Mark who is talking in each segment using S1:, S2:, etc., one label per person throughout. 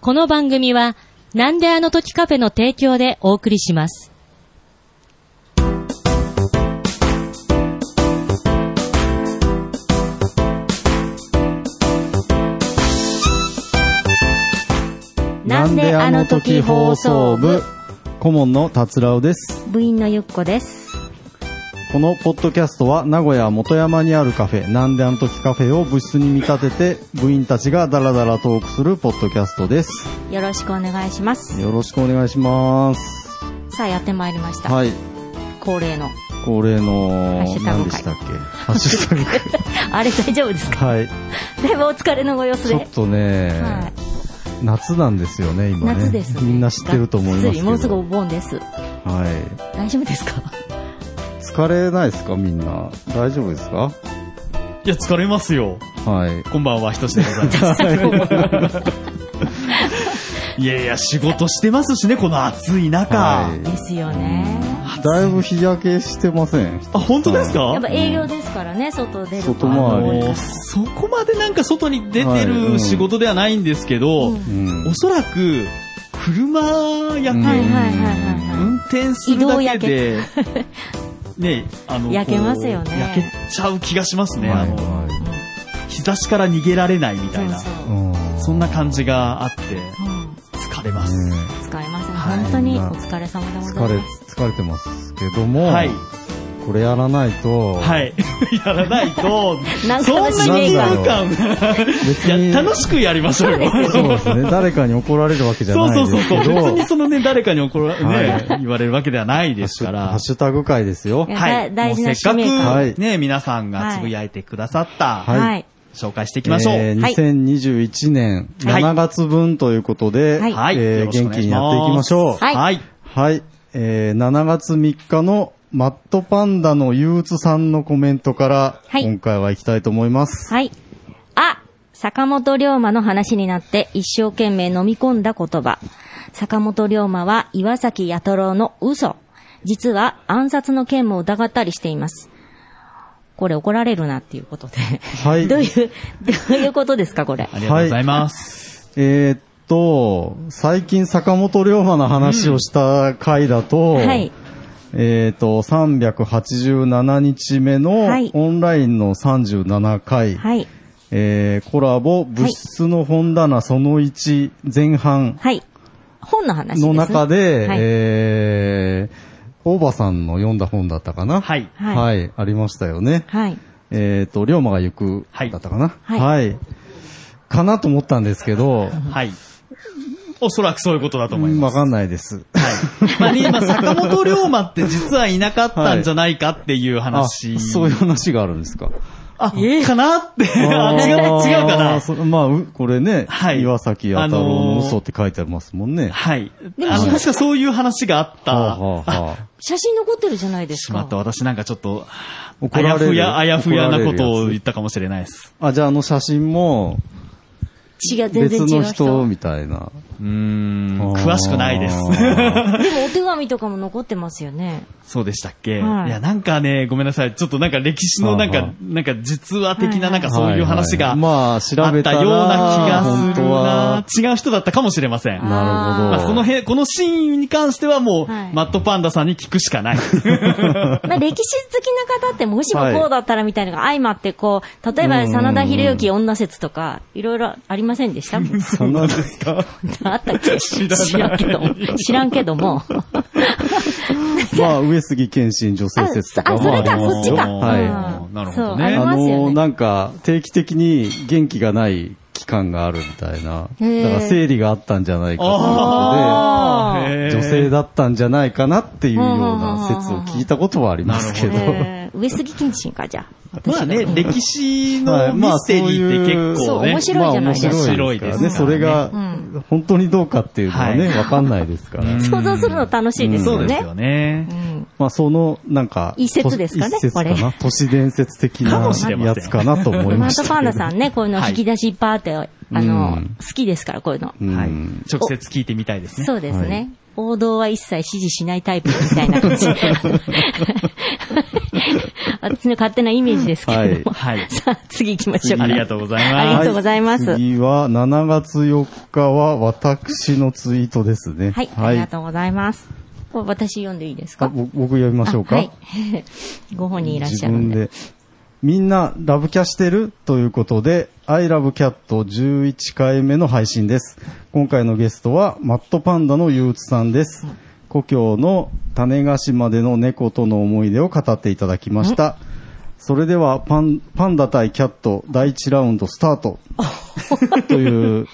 S1: この番組は、なんであの時カフェの提供でお送りします。
S2: なんであの時放送部顧問の達郎です
S3: 部員のゆっこです。
S2: このポッドキャストは名古屋元山にあるカフェなんであの時カフェを部室に見立てて部員たちがダラダラトークするポッドキャストです
S3: よろしくお願いします。
S2: よろしくお願いします
S3: さあ、やってまいりました。
S2: はい
S3: 恒例の。
S2: 恒例の
S3: ハッシュタ
S2: 何
S3: グ会
S2: でしたっけハッシュタグ会
S3: あれ大丈夫ですか
S2: はい
S3: だいぶお疲れのご様子
S2: ちょっ
S3: で。
S2: とね、
S3: はい
S2: 夏なんですよね今ね
S3: 夏です、ね。
S2: みんな知ってると思います
S3: がっつ
S2: け
S3: り
S2: ど
S3: もうすぐお盆です。
S2: はい
S3: 大丈夫ですか
S2: 疲れないですかみんな大丈夫ですか
S4: いや、疲れますよ。
S2: はい
S4: こんばんは、ひとしでござ います。いやいや、仕事してますしね、この暑い中。
S2: はい
S3: ですよね。
S2: だいぶ日焼けしてません。
S4: あ、本当です
S3: や
S4: か
S3: っぱ営業ですからね、外出ると。
S2: 外
S4: あ
S2: 回り
S4: のーそこまでなんか外に出
S2: は
S4: て
S2: いうん
S4: る仕事ではないんですけど、
S3: うん
S2: うん
S4: おそらく、
S2: うん
S4: 車や
S3: はい
S4: け、
S3: はいはいはいはい。
S4: 運転するだけで、ね、あの、
S3: 焼けますよね
S4: こう焼けちゃう気がしますね。
S2: は
S4: あ
S2: い
S4: の、
S2: はい
S4: 日差しから逃げられないみたいな、
S3: そ
S4: そう
S3: そう。
S2: うん
S4: んな感じがあって、
S3: うん
S4: 疲れます。
S3: 使えません。
S4: はい
S3: 本当にお疲れ様でご
S2: 疲
S3: ざ
S2: れ
S3: います。
S2: 疲れてますけども、
S4: はい。
S2: これやらないと、
S4: はい。 やらないと、
S3: なん
S4: そん
S3: か
S4: な
S3: の使
S2: 命
S4: 義
S2: が
S4: 務感。
S2: 別
S4: い
S2: に
S4: や、楽しくやりましょうよ。
S2: そうですね誰かに怒られるわけじゃ
S4: そう
S2: な
S4: そ
S2: いうで
S4: そう
S2: す
S4: そう。
S2: け
S4: 別
S2: ど、
S4: にそのね、誰かに怒ら、ね、言われるわけではない
S2: ハッ
S4: で
S2: シ
S4: す
S2: ュ
S4: か
S2: ハッ
S4: ら。
S2: シュタグ会ですよ
S3: い。や
S4: はい。
S3: だ大事な
S4: もうせっ
S3: 使
S4: か
S3: 命
S2: 感
S4: く、ね、皆さんがつぶやいてくださった、
S2: はい
S3: はい。
S4: 紹介していきましょう。
S2: えー
S3: はい
S2: 2021年7月分ということで、
S3: はい
S4: はい
S2: えー
S4: よろしくお
S2: 元気
S4: 願いします
S2: にやっていきましょう。
S3: はい
S4: はい。
S2: はい。えー7月3日のマットパンダの憂鬱さんのコメントから、
S3: はい
S2: 今回は行きたいと思います。
S3: はい。あ坂本龍馬の話になって一生懸命飲み込んだ言葉。坂本龍馬は岩崎弥太郎の嘘。実は暗殺の件も疑ったりしています。これ怒られるなっていうことで。
S2: は い
S3: どういう、どういうことですか、これ。
S4: ありがとうございます。
S2: えーっと、最近坂本龍馬の話をした回だと、
S3: はい。
S2: えーっと、387日目の
S3: はい
S2: オンラインの37回、
S3: はい。
S2: えーコラボ物質の本棚その1前半
S3: はい。本の話です、ね。
S2: の中で、
S3: はい
S2: えー、大場さんの読んだ本だったかな
S4: はい。
S2: はい、
S3: はい。
S2: ありましたよね。
S3: はい。
S2: えーっと、龍馬が行く、
S4: はい
S2: だったかな
S3: はい
S2: はい。かなと思ったんですけど、
S4: はい。おそらくそういうことだと思います。
S2: わかんないです。
S4: はい。まあね、今、坂本龍馬って実はいなかったんじゃないかっていう話。
S2: あそういう話があるんですか。
S4: あ、かなって。 あ違う、違うか
S2: あー
S4: な。
S2: そまあ、うこれね、
S4: はい
S2: 岩崎弥太郎の嘘って書いてありますもんね。
S4: はい。
S3: でも
S4: あの、確かそういう話があった。
S2: はあはあはあ
S3: 写真残ってるじゃないです
S4: しま
S3: か
S4: った。。私なんかちょっと、
S2: 怒
S4: あ
S2: ら
S4: や
S2: れる
S4: ふや、あやふやなこと
S2: 怒ら
S4: を
S2: れる
S4: 言
S2: や
S4: ったかもしれないです。
S2: つあ、じゃああの写真も、
S3: 違う、全然
S2: 別
S3: 違
S2: の
S3: う
S2: 人
S3: 人。
S2: みたいな。
S4: うーん、
S2: あー
S4: 詳しくないです。
S3: でもお手紙とかも残ってますよね。
S4: そうでしたっけ、
S3: はい
S4: い、や、なんかね、ごめんなさい。ちょっとなんか歴史のなん
S2: はあは
S4: か
S2: あ、
S4: なんか実話的ななんか
S2: は
S4: そう
S2: は
S4: いう話が、
S2: まあ、調
S4: あっ
S2: べ
S4: た
S2: た
S4: よ
S2: ら
S4: うな気がす
S2: 本
S4: る
S2: 当
S4: な
S2: は。
S4: 違う人だったかもしれません。
S3: あ
S2: なるほど。
S4: まあ、その辺、このシーンに関してはもう、
S3: はい
S4: マットパンダさんに聞くし かない。
S3: まあ、歴史好きな方って、もしもこうだったらみたいなのが相まって、こう、例えば、真田広之女説とか、いろいろありませんでした
S2: そんな ですか
S3: あったっけ知らんけども。知らんけども。
S2: まあ、上杉謙信女性説とか
S3: あ
S2: もあ
S3: そ
S2: り
S3: れか
S2: ます
S3: そっちか
S2: は
S4: うんなるほ
S3: そう
S4: ど
S3: あ
S2: い。
S3: り
S4: ね。
S2: あ
S3: ますよ
S2: の、
S3: ね
S2: なんか、定期的に元気がない期間があるみたいな。
S3: へー
S2: だから生理があったんじゃないかということで。
S4: あ
S3: と
S4: ーへー
S2: 女性だったんじゃないかなっていうような説を聞いたことはありますけど。
S3: えー、上杉謙信か、じゃあ。
S4: ま あね、歴 史
S2: はい
S4: のミステリーって結構
S3: そう
S4: ね
S3: 面、白いじゃないですか
S2: まあ面白いからね。それが
S3: ん、
S2: 本当にどうかっていうのはね、
S4: は
S2: わかんないですから。
S3: 想像するの楽しいです
S4: そ
S3: よ
S4: うです
S3: ね。
S4: よね。
S3: うん
S2: まあ、その、なんか、
S3: 一説ですかね
S2: 一説か
S3: これ
S2: な。都市伝説的
S4: か
S2: な
S4: もしれま
S2: や
S4: せん
S2: つかなと思い
S3: マ
S2: ま
S3: ー
S2: した
S3: ト
S2: けど。
S3: パンダさんね、こういうの引き出しパーって、あ
S2: う
S3: の
S2: ん、
S3: 好きですから、こういうの。
S2: うん
S4: はい。直接聞いてみたいですね。
S3: そうですね。
S2: はい
S3: 王道は一切支持しないタイプみたいな感じ。私の勝手なイメージですけれども。
S4: はいはい
S3: さあ、次行きましょうか。
S4: ありがとうございます
S3: ありがとうございます。
S2: は
S3: はい、
S2: 次は、7月4日は私のツイートですね。
S3: ありがとうございます。これ私読んでいいですか
S2: あぼ僕読みましょうか。
S3: あはい。 ご本人いらっしゃるん
S2: 自
S3: で。
S2: 分で。みんなラブキャしてるということで、I Love Cat 11回目の配信です。今回のゲストは、マットパンダの憂鬱さんです。故郷の種子島での猫との思い出を語っていただきました。それではパン、パンダ対キャット第1ラウンドスター トという、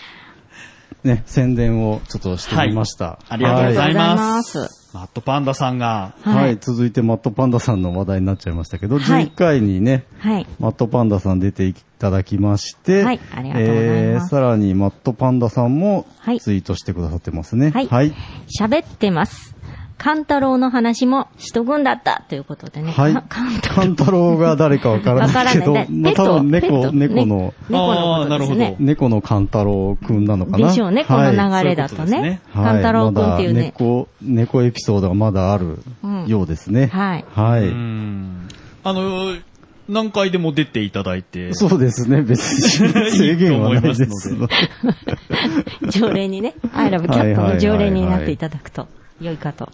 S2: ね、宣伝をちょっとしてみました。
S4: ありがとうございま。
S3: ありがとうございます
S4: マットパンダさんが、
S2: はい、
S3: はい
S2: 続いてマットパンダさんの話題になっちゃいましたけど、
S3: はい
S2: 11回にね、
S3: はい。
S2: マットパンダさん出ていただきまして、
S3: はいありがとうございます
S2: さらにマットパンダさんも
S3: はい
S2: ツイートしてくださってますね。
S3: はい
S2: はい。
S3: 喋ってます。カンタロウの話も一群だったということでね。
S2: はい
S3: か カンタ
S2: カンタロウが誰かわから
S3: わ
S2: な
S3: から
S2: いけど
S3: ない。、
S2: まあ
S3: ペット
S2: 多分
S3: ペッ
S2: 猫、
S3: ト
S2: 猫の、
S3: ね猫のことですね。
S4: あーなるほ
S2: 猫のカンタロウくんなのかな。
S3: でしょうね、この
S2: はい
S3: 流れだと
S4: そういう
S3: ね。
S2: はい
S3: カンタロウくんっていうね。
S2: まだ猫、猫エピソードがまだあるようですね。
S3: はい
S2: は
S4: う
S2: い。
S4: んあの、何回でも出ていただいて、
S2: そうですね、別に制限 はないです
S4: いいと思いま
S3: 常連にね、I love cat の常連になっていただくと良いかと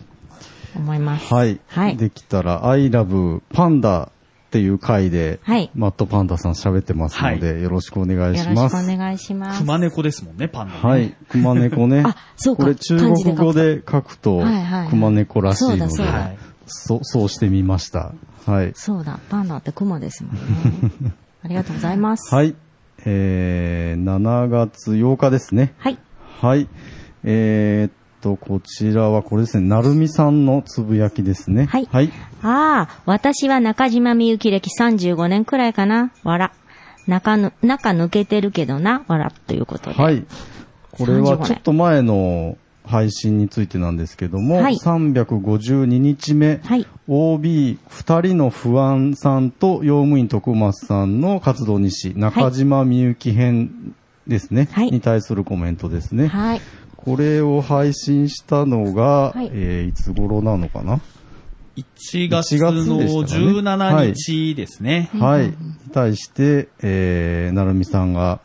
S3: 思います。
S2: はい。
S3: はい。
S2: できたら、I love パンダっていう回で、
S3: はい
S2: マットパンダさん喋ってますので、よろしくお願いし
S3: よろ
S2: ま
S3: しくお
S2: す。
S3: 願いします。。
S4: 熊猫ですもんね、パンダね。
S2: はい。熊猫ね
S3: あそうか
S2: これ中国語で書
S3: 漢字で書
S2: くと
S3: くとはいはい、
S2: 熊猫らしいので
S3: そうだそう
S2: そ
S4: だ、
S2: そうしてみました。はい。
S3: そうだ、パンダって熊ですもん ね。ありがとうございます。
S2: はい。えー、7月8日ですね。
S3: はい。
S2: はい。えー、っと、こちらはこれですね、なるみさんのつぶやきですね。
S3: はい
S2: はい。
S3: ああ、私は中島みゆき歴35年くらいかな。わら。中ぬ、中抜けてるけどな。わら。ということで。
S2: はい。これ
S3: 35
S2: は
S3: ね
S2: ちょっと前の配信についてなんですけども、
S3: はい
S2: 352日目、
S3: はい
S2: OB2 人の不安さんと用務員徳松さんの活動日誌、中島みゆき編ですね、
S3: はい
S2: に対するコメントですね。
S3: はい。
S2: これを配信したのが、
S3: はい
S2: えーいつ頃なのかな、
S4: 1月
S2: 1月で
S4: の
S2: したかね
S4: 17日ですね。
S2: はい。に対して、えー、なるみさんが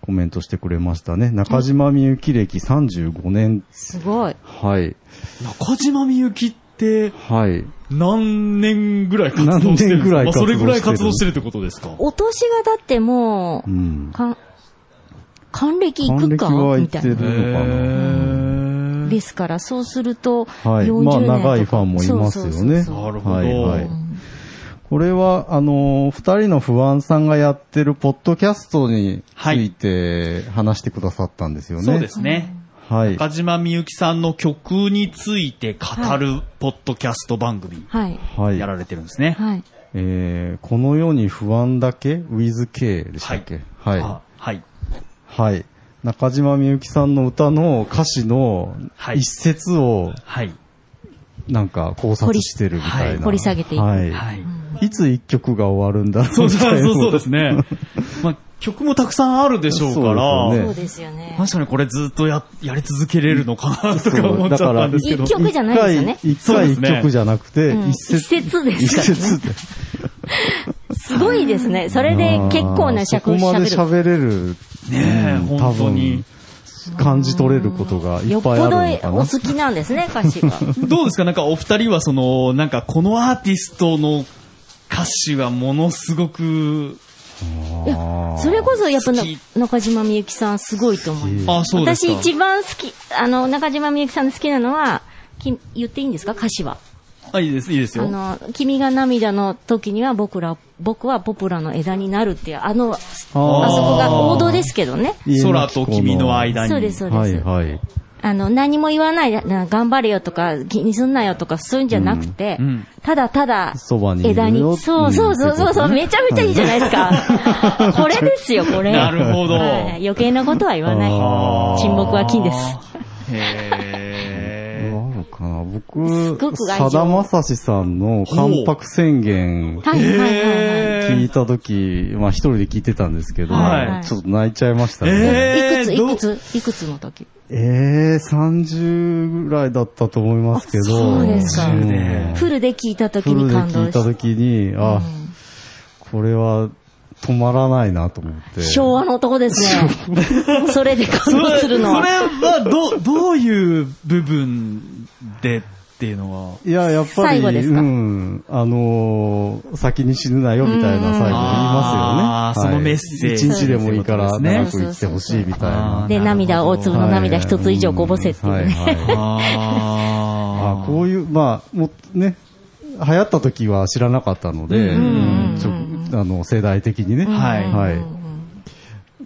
S2: コメントしてくれましたね。中島みゆき歴35年。
S3: すごい。
S2: はい。
S4: 中島みゆきって、
S2: はい。
S4: 何年ぐらい活動してるんですか
S2: 何年ぐらい
S4: まあ
S2: 活動し
S4: そ
S2: て
S4: れ
S2: る
S4: ぐらい活動してるってことですか
S3: お年がだっても
S2: う
S3: う、
S2: ん。
S3: かん、還暦行
S2: 還
S3: く
S2: 暦
S3: か
S2: は行
S3: み
S2: って
S3: たい
S2: る
S3: な
S2: の。かな。
S4: ー
S3: ですから、そうすると、
S2: はい。
S3: 40年
S2: まあ、
S3: とか
S2: 長いファンもいますよ
S3: そ
S2: ね。
S3: うそうそう
S4: なるほど
S2: はいは
S4: う
S2: い。これは、あのー二人の不安さんがやってるポッドキャストについて話してくださったんですよね。
S4: そうですね。
S2: はい。
S4: 中島みゆきさんの曲について語るポッドキャスト番組、
S3: はい。
S2: はい。
S4: やられてるんですね。
S3: はい。
S2: えー、この世に不安だけ ?with K でしたっけはい。
S4: あはい。
S2: はい。中島みゆきさんの歌の歌詞の
S4: はい
S2: 一節を
S4: はい。
S2: なんか考察してるみたい
S4: はい
S2: な。
S3: 掘り下げていく
S2: はい。
S4: はい。
S2: いつ一曲が終わるんだろ
S4: そう
S2: みたい
S4: そう
S2: な
S4: そうそうですね。まあ、曲もたくさんあるでしょうか
S2: そうですよ
S4: ら、
S2: ね
S3: そうですよね。
S4: 確かにこれずっとや、やり続けれるのかなとか
S2: そう
S4: 思っちゃったんですけど
S3: 一。曲じゃないですよね
S2: 一回一
S4: そうです
S2: 回
S4: ね
S2: 一曲じゃなくて、
S3: うん
S2: 一節。
S3: 一節ですからね
S2: 一節です
S3: ごいですね。それで結構な尺
S2: そこまで
S3: 喋る。
S2: 喋れる
S4: ねえ、
S2: うん
S4: 本当に。
S2: 感じ取れることがい
S3: よっ
S2: っぱ
S3: ぽ
S2: いあるの
S3: ど
S2: かな。
S3: お好きなんですね、歌詞 が。
S4: どうですかなんかお二人はその、なんかこのアーティストの歌詞はものすごく、
S3: いや、それこそやっぱな
S4: 好き
S3: 中島みゆきさんすごいと思います。
S4: あ、そうです
S3: 私
S4: か。
S3: 一番好き、あの、中島みゆきさんの好きなのは、き言っていいんですか歌詞は。
S4: あ、いいです、いいです
S3: あ
S4: よ。
S3: の、君が涙の時には僕ら、僕はポプラの枝になるっていう、あの、あそこが王道ですけどね。
S4: 空と君の間に。
S3: そうです、そうです。
S2: はいはい。
S3: あの、何も言わない、な頑張れよとか、気にすんなよとか、そういうんじゃなくて、
S4: うんうん
S3: ただただ、
S2: そばにいるよ
S3: 枝に、そうそうそうそうそう、
S2: うん
S3: めちゃめちゃいいじゃないですか。これですよ、これ。
S4: なるほど
S3: はい余計なことは言わない
S2: あ。ー
S3: 沈黙は金です。
S4: へー。
S2: あるかな。
S3: す
S2: 僕
S3: ご、く愛情
S2: さだまさしさんの関白宣言
S3: はいはいはいはい。
S2: 聞いたとき、まあ一人で聞いてたんですけど、
S4: はい
S2: ちょっと泣いちゃいましたね。
S4: えー
S3: いくつ、い
S4: どう
S3: くつ、いくつの時
S2: えー、30ぐらいだったと思いますけど。
S3: そうですか
S2: ん
S3: フルで聞いた時
S2: フル
S3: に
S2: で
S3: 感
S2: 聞
S3: 動
S2: いた
S3: し
S2: ときに、あ、これは止まらないなと思って。
S3: た。昭和の男です ね。それで感
S4: そ
S3: 動
S4: れ
S3: するの
S4: それ
S3: は。
S4: はど、どういう部分でっていうのは。
S2: いや、やっぱ
S3: 最
S2: り、
S3: 後ですか
S2: うん、あのー先に死ぬなよみたいな最後言いますよね。
S4: あー
S2: はい
S4: そのメッセージ
S2: 一日でもいいから長く生きてほしいみたい
S4: そう
S2: な。
S3: で、
S4: なるほど
S3: 涙、大粒の涙
S2: はい
S3: 一つ以上こぼせっていうね。
S2: はいはいあ
S4: あー
S2: こういう、まあ、もうね、流行った時は知らなかったので、ちょあの世代的にね。
S4: はい
S2: はい。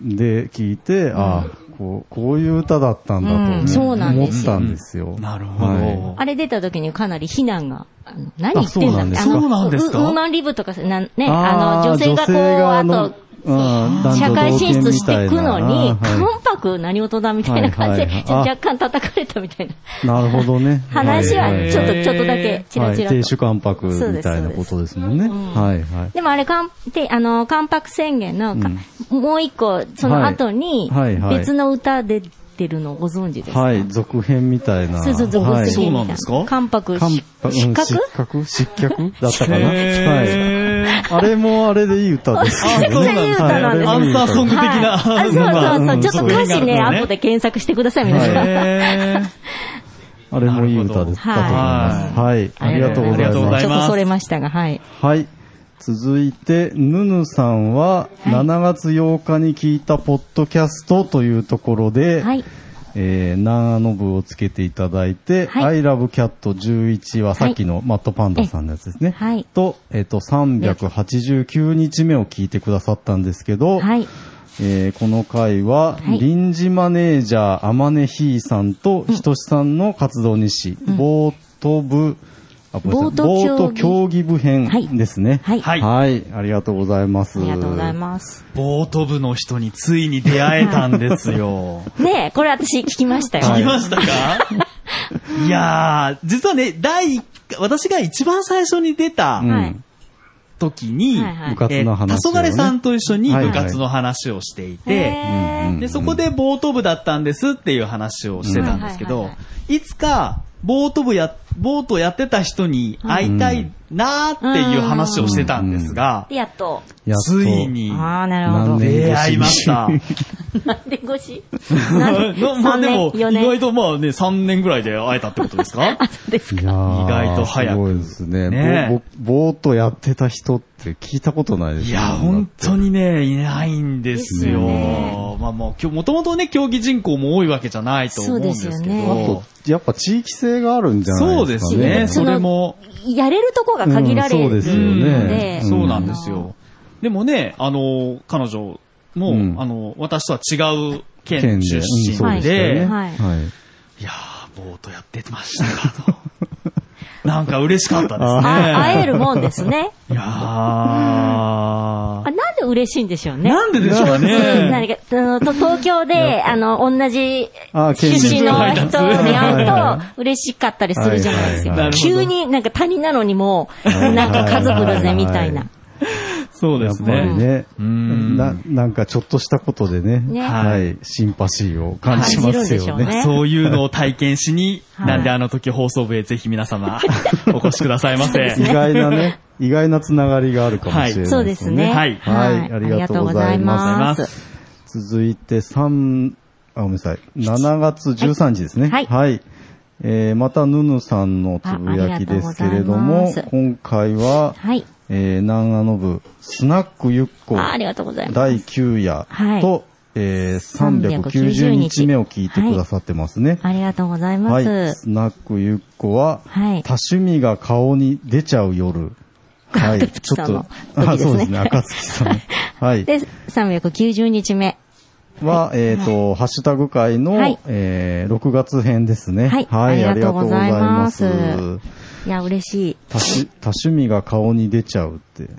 S2: で、聞いて、あーこう、こういう歌だったん
S3: うん
S2: だと
S3: そうなん
S2: 思
S3: です
S2: っ
S3: よ
S2: たんですよ。
S4: なるほど。
S2: はい
S3: あれ出た時にかなり非難が、あの何言ってんだって、
S2: あ
S3: あ
S4: そう
S3: の、
S4: なんですか
S3: ウウーマンリブとかさ、なんね、あ
S2: あー
S3: の、女性がこう、あと
S2: 女性、があのうん
S3: 社会進出していくのに、
S2: 男女同権みたいな
S3: 関白何事だみたいな
S2: あーはい
S3: 感じで、
S2: はいはいはいあ
S3: 若干叩かれたみたいな
S2: なるほどね。
S3: 話は
S2: はい、
S3: ちょっと、
S4: はいはい
S3: ちょっとだけ、ちらちら
S2: は
S3: と。
S2: い、亭主関白みたいなことですもんね。はいはい。
S3: でもあれ、かん、で、あの、関白宣言のか、もう一個、その後に
S2: はいはい、はい
S3: 別の歌出てるのをご存知ですか
S2: はい、続編みたいな。
S3: そうそう、続
S2: はい
S3: 編
S4: そうなんですか
S3: 関白
S2: 関
S3: 失
S2: 白うん
S3: 格
S2: 失格失脚だ ったかな。はい。
S4: へー
S2: あれもあれでいい歌ですけどね。
S3: 全然いい歌なんです
S2: はいあれもいい
S4: アンサ
S2: 歌
S4: ーソング的な。
S3: はい あ、そうそうそう。ちょっと歌詞ね、後で検索してください、皆さん。
S4: へー
S2: あれもいい歌だったと思います。はい。ありがとうござ
S4: ありがとう
S2: い
S4: ご
S2: ます
S4: ざいます
S3: ち。ょっとそれましたが、はい。
S2: はい。続いて、ぬぬさんは、7月8日に聞いたポッドキャストというところで、
S3: はい。
S2: えー、ナーノブをつけていただいて、
S3: はい
S2: I love cat 11はさっきのマットパンダさんのやつですね。
S3: はい
S2: と、えっ、と、389日目を聞いてくださったんですけど、
S3: はい。
S2: えーこの回は、
S3: はい
S2: 臨時マネージャー、天音ひいさんと、ひとしさんの活動日誌、ボート部、あ、ごめんなさ
S3: ボ
S2: いボ
S3: ー
S2: ー
S3: ト競技
S2: ト競技部
S3: はい
S2: 編ですね。
S3: はい
S4: はい
S2: ありがとうございます。
S3: ありがとうございます。
S4: ボート部の人についに出会えたんですよ。
S3: ねえ、これ私聞きましたよ。
S4: 聞きましたかいやー、実はね、第一回私が一番最初に出た
S2: うん
S3: はい。
S4: 時に、
S3: はいはい
S2: 部活の話をね
S4: えー黄昏さんと一緒に
S2: はい
S4: 部
S2: はい
S4: 活の話をしていて、
S3: へー
S2: うん
S4: で、そこでボート部だったんですっていう話をしてたんですけ
S3: うん
S4: ど
S3: はいはいは、
S4: いつかボート部や、ボートやってた人に会いたいなーっていう話をしてたんですが、
S3: で、やっと。
S2: やっと
S4: ついに
S3: ああ、なるほ
S2: 何
S3: ど。
S2: 年越しに
S4: 出会いました。
S3: なんで越し
S4: のまあ
S3: 三
S4: でも
S3: 年、
S4: 意
S3: 四年
S4: 外とまあね、3年ぐらいで会えたってことですか
S3: です
S2: い
S3: か。
S2: やー
S4: 意外と早く
S2: すごいですね。
S4: ねえ
S2: ぼぼぼーっとやってた人って聞いたことないです
S4: い
S2: ね
S4: や、本当にね、いないんです
S3: ですよ
S4: よ。
S3: ね
S4: まあもう、今日もともとね、競技人口も多いわけじゃないと思うんですけど。
S3: そうですよね
S2: あと、やっぱ地域性があるんじゃないですか
S4: そう
S2: ね。
S4: ですね
S3: その
S4: それも。
S3: やれるとこが限られる
S2: うんそうですよ
S3: の
S2: ね
S3: で。
S2: うん
S4: そうなんですよ。でもね、あの、彼女も、
S2: うん
S4: あの、私とは違う
S2: 県
S4: 県
S2: で。
S4: 出
S2: うん
S4: 身
S2: そう
S4: で、
S2: でしたよね。
S3: はい
S4: いやー、ボートやってましたかと。 なんか嬉しかったですね。
S3: あ会えるもんですね。
S4: いやー
S3: あ、なんで嬉しいんでしょうね。
S4: なんででしょう
S3: うん何
S4: ね。
S3: か、あのと東京で、あの、同じ
S2: あ
S3: 出
S2: 県
S3: 身の人に会う
S2: は
S3: と
S2: い
S3: 嬉しかったりするじゃないです
S4: はい
S3: か
S4: は。い
S3: 急になんか谷なのにもう、
S2: い
S3: なんか数来るぜみたい
S2: は
S3: な。
S4: そうで
S2: やっ
S4: す
S2: ぱ
S4: ね
S2: り。ね、
S4: ん
S2: ななんかちょっとしたことでね
S3: ね
S2: はい、シンパシーを感じま
S3: 感
S2: す
S3: じるんでしょ
S2: よ
S3: うね
S2: ね。
S4: そういうのを体験しに、
S3: はい
S4: なんであの時放送部へぜひ皆様、 お越しくださいませ。
S2: 意外なね、意外なつながりがあるかもしれない、
S3: そうですね。
S4: はい
S2: はい、ありがとうございます。
S4: ます
S3: す。
S2: 続いて3、あ、ごめんなさい。7月13日ですね。
S3: はい
S2: えー、またヌヌさんのつぶやきですけれど
S3: あありがとうございま
S2: も
S3: す、
S2: 今回は、
S3: はい。
S2: えー、南アノブ、スナックゆっこ、
S3: あありがとうございます。
S2: 第9夜
S3: はい
S2: と、えー、390日目を聞いてくださってますね。
S3: ありがとうございま
S2: はい。
S3: す。
S2: スナックゆっこは、
S3: はい
S2: 多趣味が顔に出ちゃう夜。はい。
S3: 暁さんの
S2: あ、
S3: 時ですね
S2: そうですね。赤月さ ん。はい。
S3: で、390日目。
S2: は、えっ、と、ハッシュタグ会の、
S3: はい
S2: えー、6月編ですね。
S3: はいあ
S2: あ
S3: り
S2: り
S3: が
S2: が
S3: と
S2: と
S3: う
S2: う
S3: ご
S2: ご
S3: ざ
S2: ざ
S3: い
S2: い
S3: ま
S2: ますす。
S3: いや、嬉し
S2: 多趣多趣味が顔に出ちゃうって。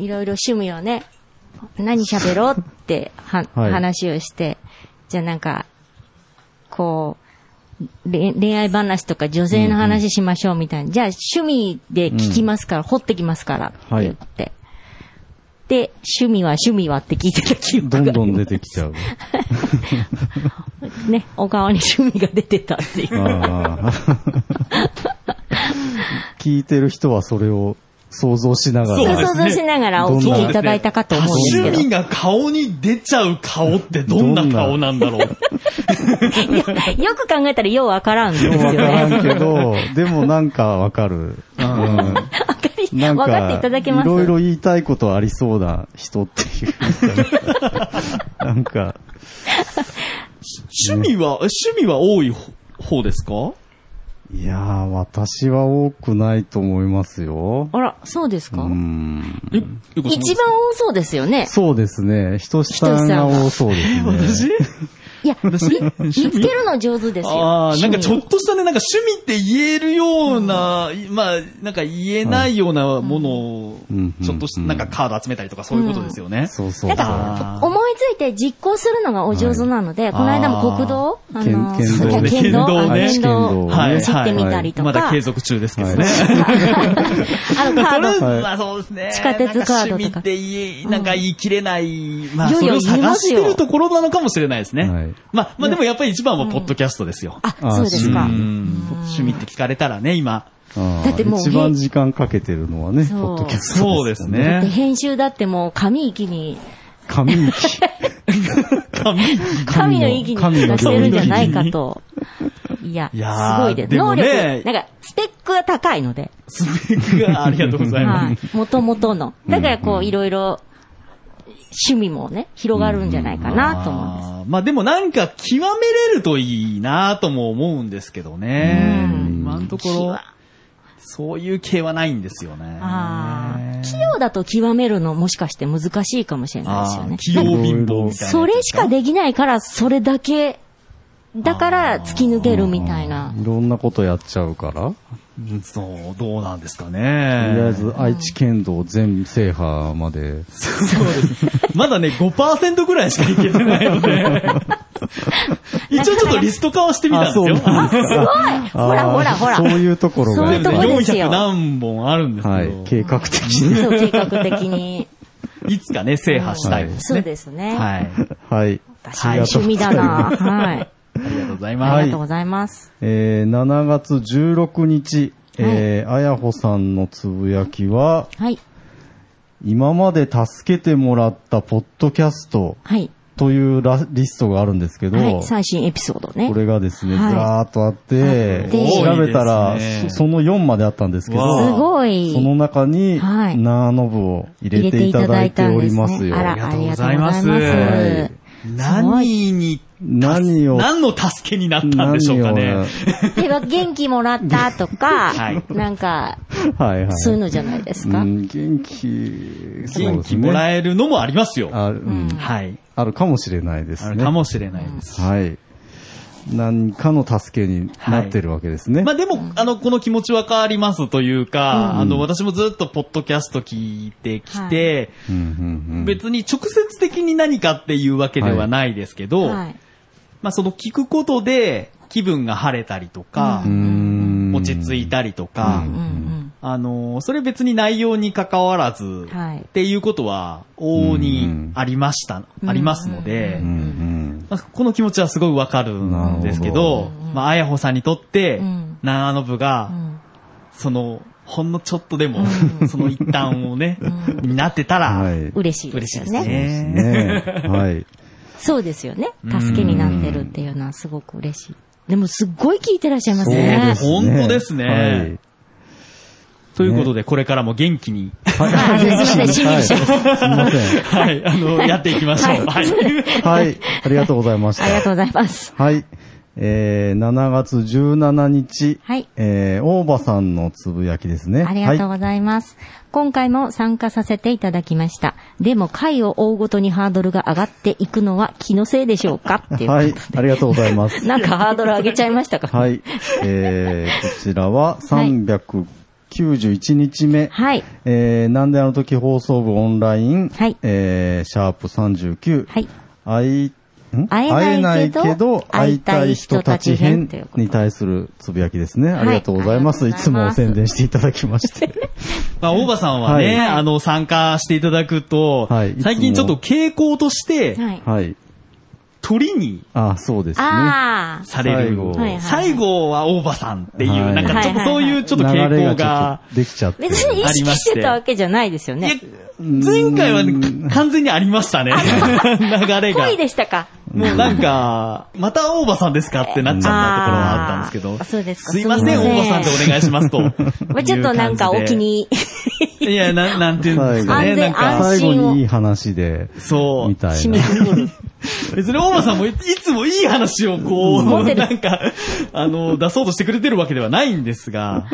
S3: い。いろいろ趣味をね、何喋ろうっては、
S2: はい
S3: 話をして、じゃあなんか、こう、れ恋愛話とか女性の話しましょうみたいな。じゃあ趣味で聞きますから、掘ってきますから、って言って。で、趣味は趣味はって聞いてた記憶
S2: ど
S3: が。
S2: んどん出てきちゃ う。
S3: ね、お顔に趣味が出てたっていう。
S2: あー 聞いてる人はそれを想像しなが
S4: そう
S3: そ
S4: で
S3: う想
S2: ら、
S4: すね
S3: 像しながらお聞きいただいたかと思うんですけど
S4: 趣。味が顔に出ちゃう顔ってどんな顔なんだろう。
S3: いやよく考えたらようわからんですよ
S2: わから
S3: ね。
S2: んけど、でもなんかわかる。うん
S3: わかり、
S2: な ん
S3: わ
S2: か、
S3: かっていただけます
S2: ろいろ言いたいことありそうな人って いう。なんか、
S4: 趣味は、え趣味は多い方方ですか
S2: いやー、私は多くないと思いますよ。
S3: あら、そうですか、
S2: うん。
S4: え、ゆうこさん
S3: 一番多そうですよね。
S2: そうですね。人志さんが多そうですね。
S3: いや、み見つけるの上手ですよ。
S4: ああ、なんかちょっ
S3: と。
S4: としたね、なんか趣味って言えるような、まあ、なんか言えないようなものを
S2: うん、
S4: ちょっとし、
S2: うん
S4: なんかカード集めたりとかそういうことですよ ね。
S2: そうそ
S3: な
S2: う
S3: ん
S2: そう。
S3: か
S4: あー、
S3: 思いついて実行するのがお上手なので、この間も国道あ
S2: ー
S3: の、
S2: 県県道ね
S3: 県道あ
S4: 県道ね
S3: 県道を
S4: はい
S3: 走ってみたりと
S4: まだ
S3: か、
S4: 継続中ですけどね。
S3: あの、カ
S4: それ
S3: ード、
S2: はい
S4: まあそうですね。
S3: 地下鉄カードとか
S4: なん趣味って言え、なんか言い切れない、まあ
S3: いよい
S4: それ
S3: よ
S4: を探してるところなのかもしれないですね。
S2: はい
S4: まあ、まあでもやっぱり一番はポッドキャストですよ。
S3: あ、そうですか
S4: う。ん趣味って聞かれたらね、今。
S2: あー
S3: だってもう
S2: 一番時間かけてるのはね、
S3: そう
S2: ポッドキャスト。
S4: そうです
S3: で
S4: ね。
S3: 編集だってもう紙一気に、
S2: 紙にき
S4: 神
S3: 神の域に
S2: 神の
S3: 達してるんじゃないかと。いや、
S4: いやー
S3: すごいです。
S4: で
S3: 能
S4: も
S3: 力、
S4: ね
S3: なんか、スペックが高いので、
S4: スペックが ありがとうございま
S3: は
S4: す。
S3: い。もともとの。だから、こう、いろいろ、趣味もね、広がるんじゃないかなと思うんです。
S4: あーまあでもなんか極めれるといいなとも思うんですけどね。
S3: うん
S4: 今のところ、そういう系はないんですよね。
S3: ああ、器用だと極めるのもしかして難しいかもしれないですよね
S4: あー。器用貧乏みたいなやつですか。
S3: それしかできないから、それだけ、だから突き抜けるみたいな。
S2: いろんなことやっちゃうから、
S4: うんそう、どうなんですか
S2: とりあえ
S4: ね。
S2: ず愛知県道全制覇まで、
S4: まだね、5%ぐらいしかいけてないので。一応ちょっとリスト化はしてみたんですよ。
S2: あそうなんですか。
S3: ほらほらほら
S2: あーそういうところが。
S3: そういうところですよ
S4: 400何本あるんです
S2: は
S4: け
S2: い。
S4: ど、
S2: 計画的に。
S3: そう、計画的に。
S4: い、つかね、制覇したい
S2: は
S4: で
S2: い
S4: す
S3: そう
S4: ね。
S3: ですね。
S4: はい。
S2: はい。
S3: 私も趣味だな。はい。
S4: ありがとうござい
S3: あ
S4: ま
S3: り
S4: す
S3: がとう。ございます。
S2: えー7月16日、えー、あやほさんのつぶやきは、
S3: はい。
S2: 今まで助けてもらったポッドキャスト
S3: はい。
S2: というラリストがあるんですけど、
S3: はい。最新エピソードね
S2: こ。れがですね、ず
S3: はい
S2: らーっとあっ
S3: あ
S2: て、
S3: って
S2: 調べたら、
S4: 多いですね
S2: そその4まであったんですけど、
S4: わ
S3: す
S4: あ
S3: ご
S2: その
S3: い。
S2: 中に、
S3: はい
S2: ナーノブを入れていただいております
S3: 入れてい
S2: よ。
S3: ただいたんですねあら
S4: ありがとうございます。
S3: ありがとうございます
S4: 何に、
S2: 何を、
S4: 何の助けになったんでしょ
S2: 何
S4: う
S2: を、
S4: かね。
S3: では、元気もらったとか、
S4: はい
S3: なんか、
S2: はいはい。
S3: そういうのじゃないです
S2: う
S3: か。
S2: ん元気、
S4: 元気もら
S2: え
S4: えるのもありますよ。
S2: あ,、うん、
S4: はい。
S2: あるかもしれないです
S4: あ
S2: ね。
S4: るかもしれないです。
S2: はい。何かの助けになってるわけですね。
S4: まあでも、あの、この気持ちわかりますというか、あの、私もずっとポッドキャスト聞いてきて、
S2: うんうんうん
S4: 別に直接的に何かっていうわけではないですけど、
S3: はい。
S4: まあその聞くことで気分が晴れたりとか、
S2: うーん
S4: 落ち着いたりとか、
S3: うんうん。
S4: あの、それ別に内容に関わらず、
S3: はい
S4: っていうことは、往々
S2: う
S4: に
S2: ん
S4: ありました、ありますの
S2: う
S4: で
S2: ん、うん
S4: まあこの気持ちはすごいわかるんですけど、
S2: なる
S4: まあ、あやほさんにとって
S3: うん、
S4: 長野部が、
S3: うん
S4: その、ほんのちょっとでも、その一端をね、になってたら、
S2: はい。
S3: 嬉しいで
S4: 嬉
S3: す
S4: しい
S3: よ
S4: ですね。
S3: ね。
S2: ねはい。
S3: そうですよね。助けになってるっていうのはすごく嬉しい。でも、すっごい聞いてらっしゃいますね。
S4: そうですね本当ですねということで、これからも元気に、
S2: はい。
S3: あすいません
S2: はい
S3: 市民者
S2: すいません。
S4: はい、あの、やっていきましょう。はい。
S2: はい。ありがとうございまし
S3: ありが
S2: た。
S3: とうございます。
S2: はい。えー、7月17日、
S3: はい
S2: えー、大場さんのつぶやきですね。
S3: ありがとう
S2: は
S3: ございます。今回も参加させていただきました。でも、回を追うごとにハードルが上がっていくのは気のせいでしょうかって
S2: い。
S3: いう。
S2: はい。ありがとうございま す。
S3: なんかハードル上げちゃいましたか
S2: はい。えー、こちらは391日目。
S3: はい。
S2: えー、なんであの時放送部オンライン。
S3: はい
S2: えー、シャープ39。
S3: はい。
S2: 愛ん
S3: 会えないけど
S2: 会いたい人たち編
S3: ということ
S2: に対するつぶやきですね。
S3: い
S2: ありがとうございます。
S3: あり
S2: い
S3: がと
S2: つ
S3: うござい
S2: も
S3: ます
S2: 宣伝していただきまして。
S4: まあ、大場さんはね、
S2: はい
S4: あの、参加していただくと、
S2: はいいつも
S4: 最近ちょっと傾向として、
S3: はい。
S2: はい。
S4: 鳥に
S2: あ、そうですね。
S3: ああ。
S4: される。最
S2: 最
S4: 後
S2: 後
S3: はいはい
S4: は大場さんっていう、
S2: はい
S4: なんかちょっとそういうちょっと
S2: 流れ
S4: 傾
S2: が
S4: 向
S2: ち
S4: が
S2: ょ、っとできちゃって。
S3: 別に意識してたわけじゃないですよね。
S4: いや前回はね完全にありましたね。流れが。
S3: 恋でしたか。
S4: もうなんか、また大場さんですかってなっちゃったところはあったんですけ
S3: あ
S4: ど。
S3: ーそうですか
S4: すいませ
S3: すいま
S4: ん、
S3: せん
S4: 大場さんでお願いしますと。
S3: まあちょっとなんかお気に入
S4: いや、ななんていうんですかね。
S3: 安
S4: なん
S3: 全
S4: か、
S2: 最
S3: 安
S2: 後
S3: 心を
S2: にいい話で、
S4: そ
S2: み
S4: う。
S2: たい
S3: り。
S2: な。
S4: 別に大場さんもいいつもいい話をこ
S3: 持っ
S4: う、
S3: てる
S4: なんか、あの、出そうとしてくれてるわけではないんですが、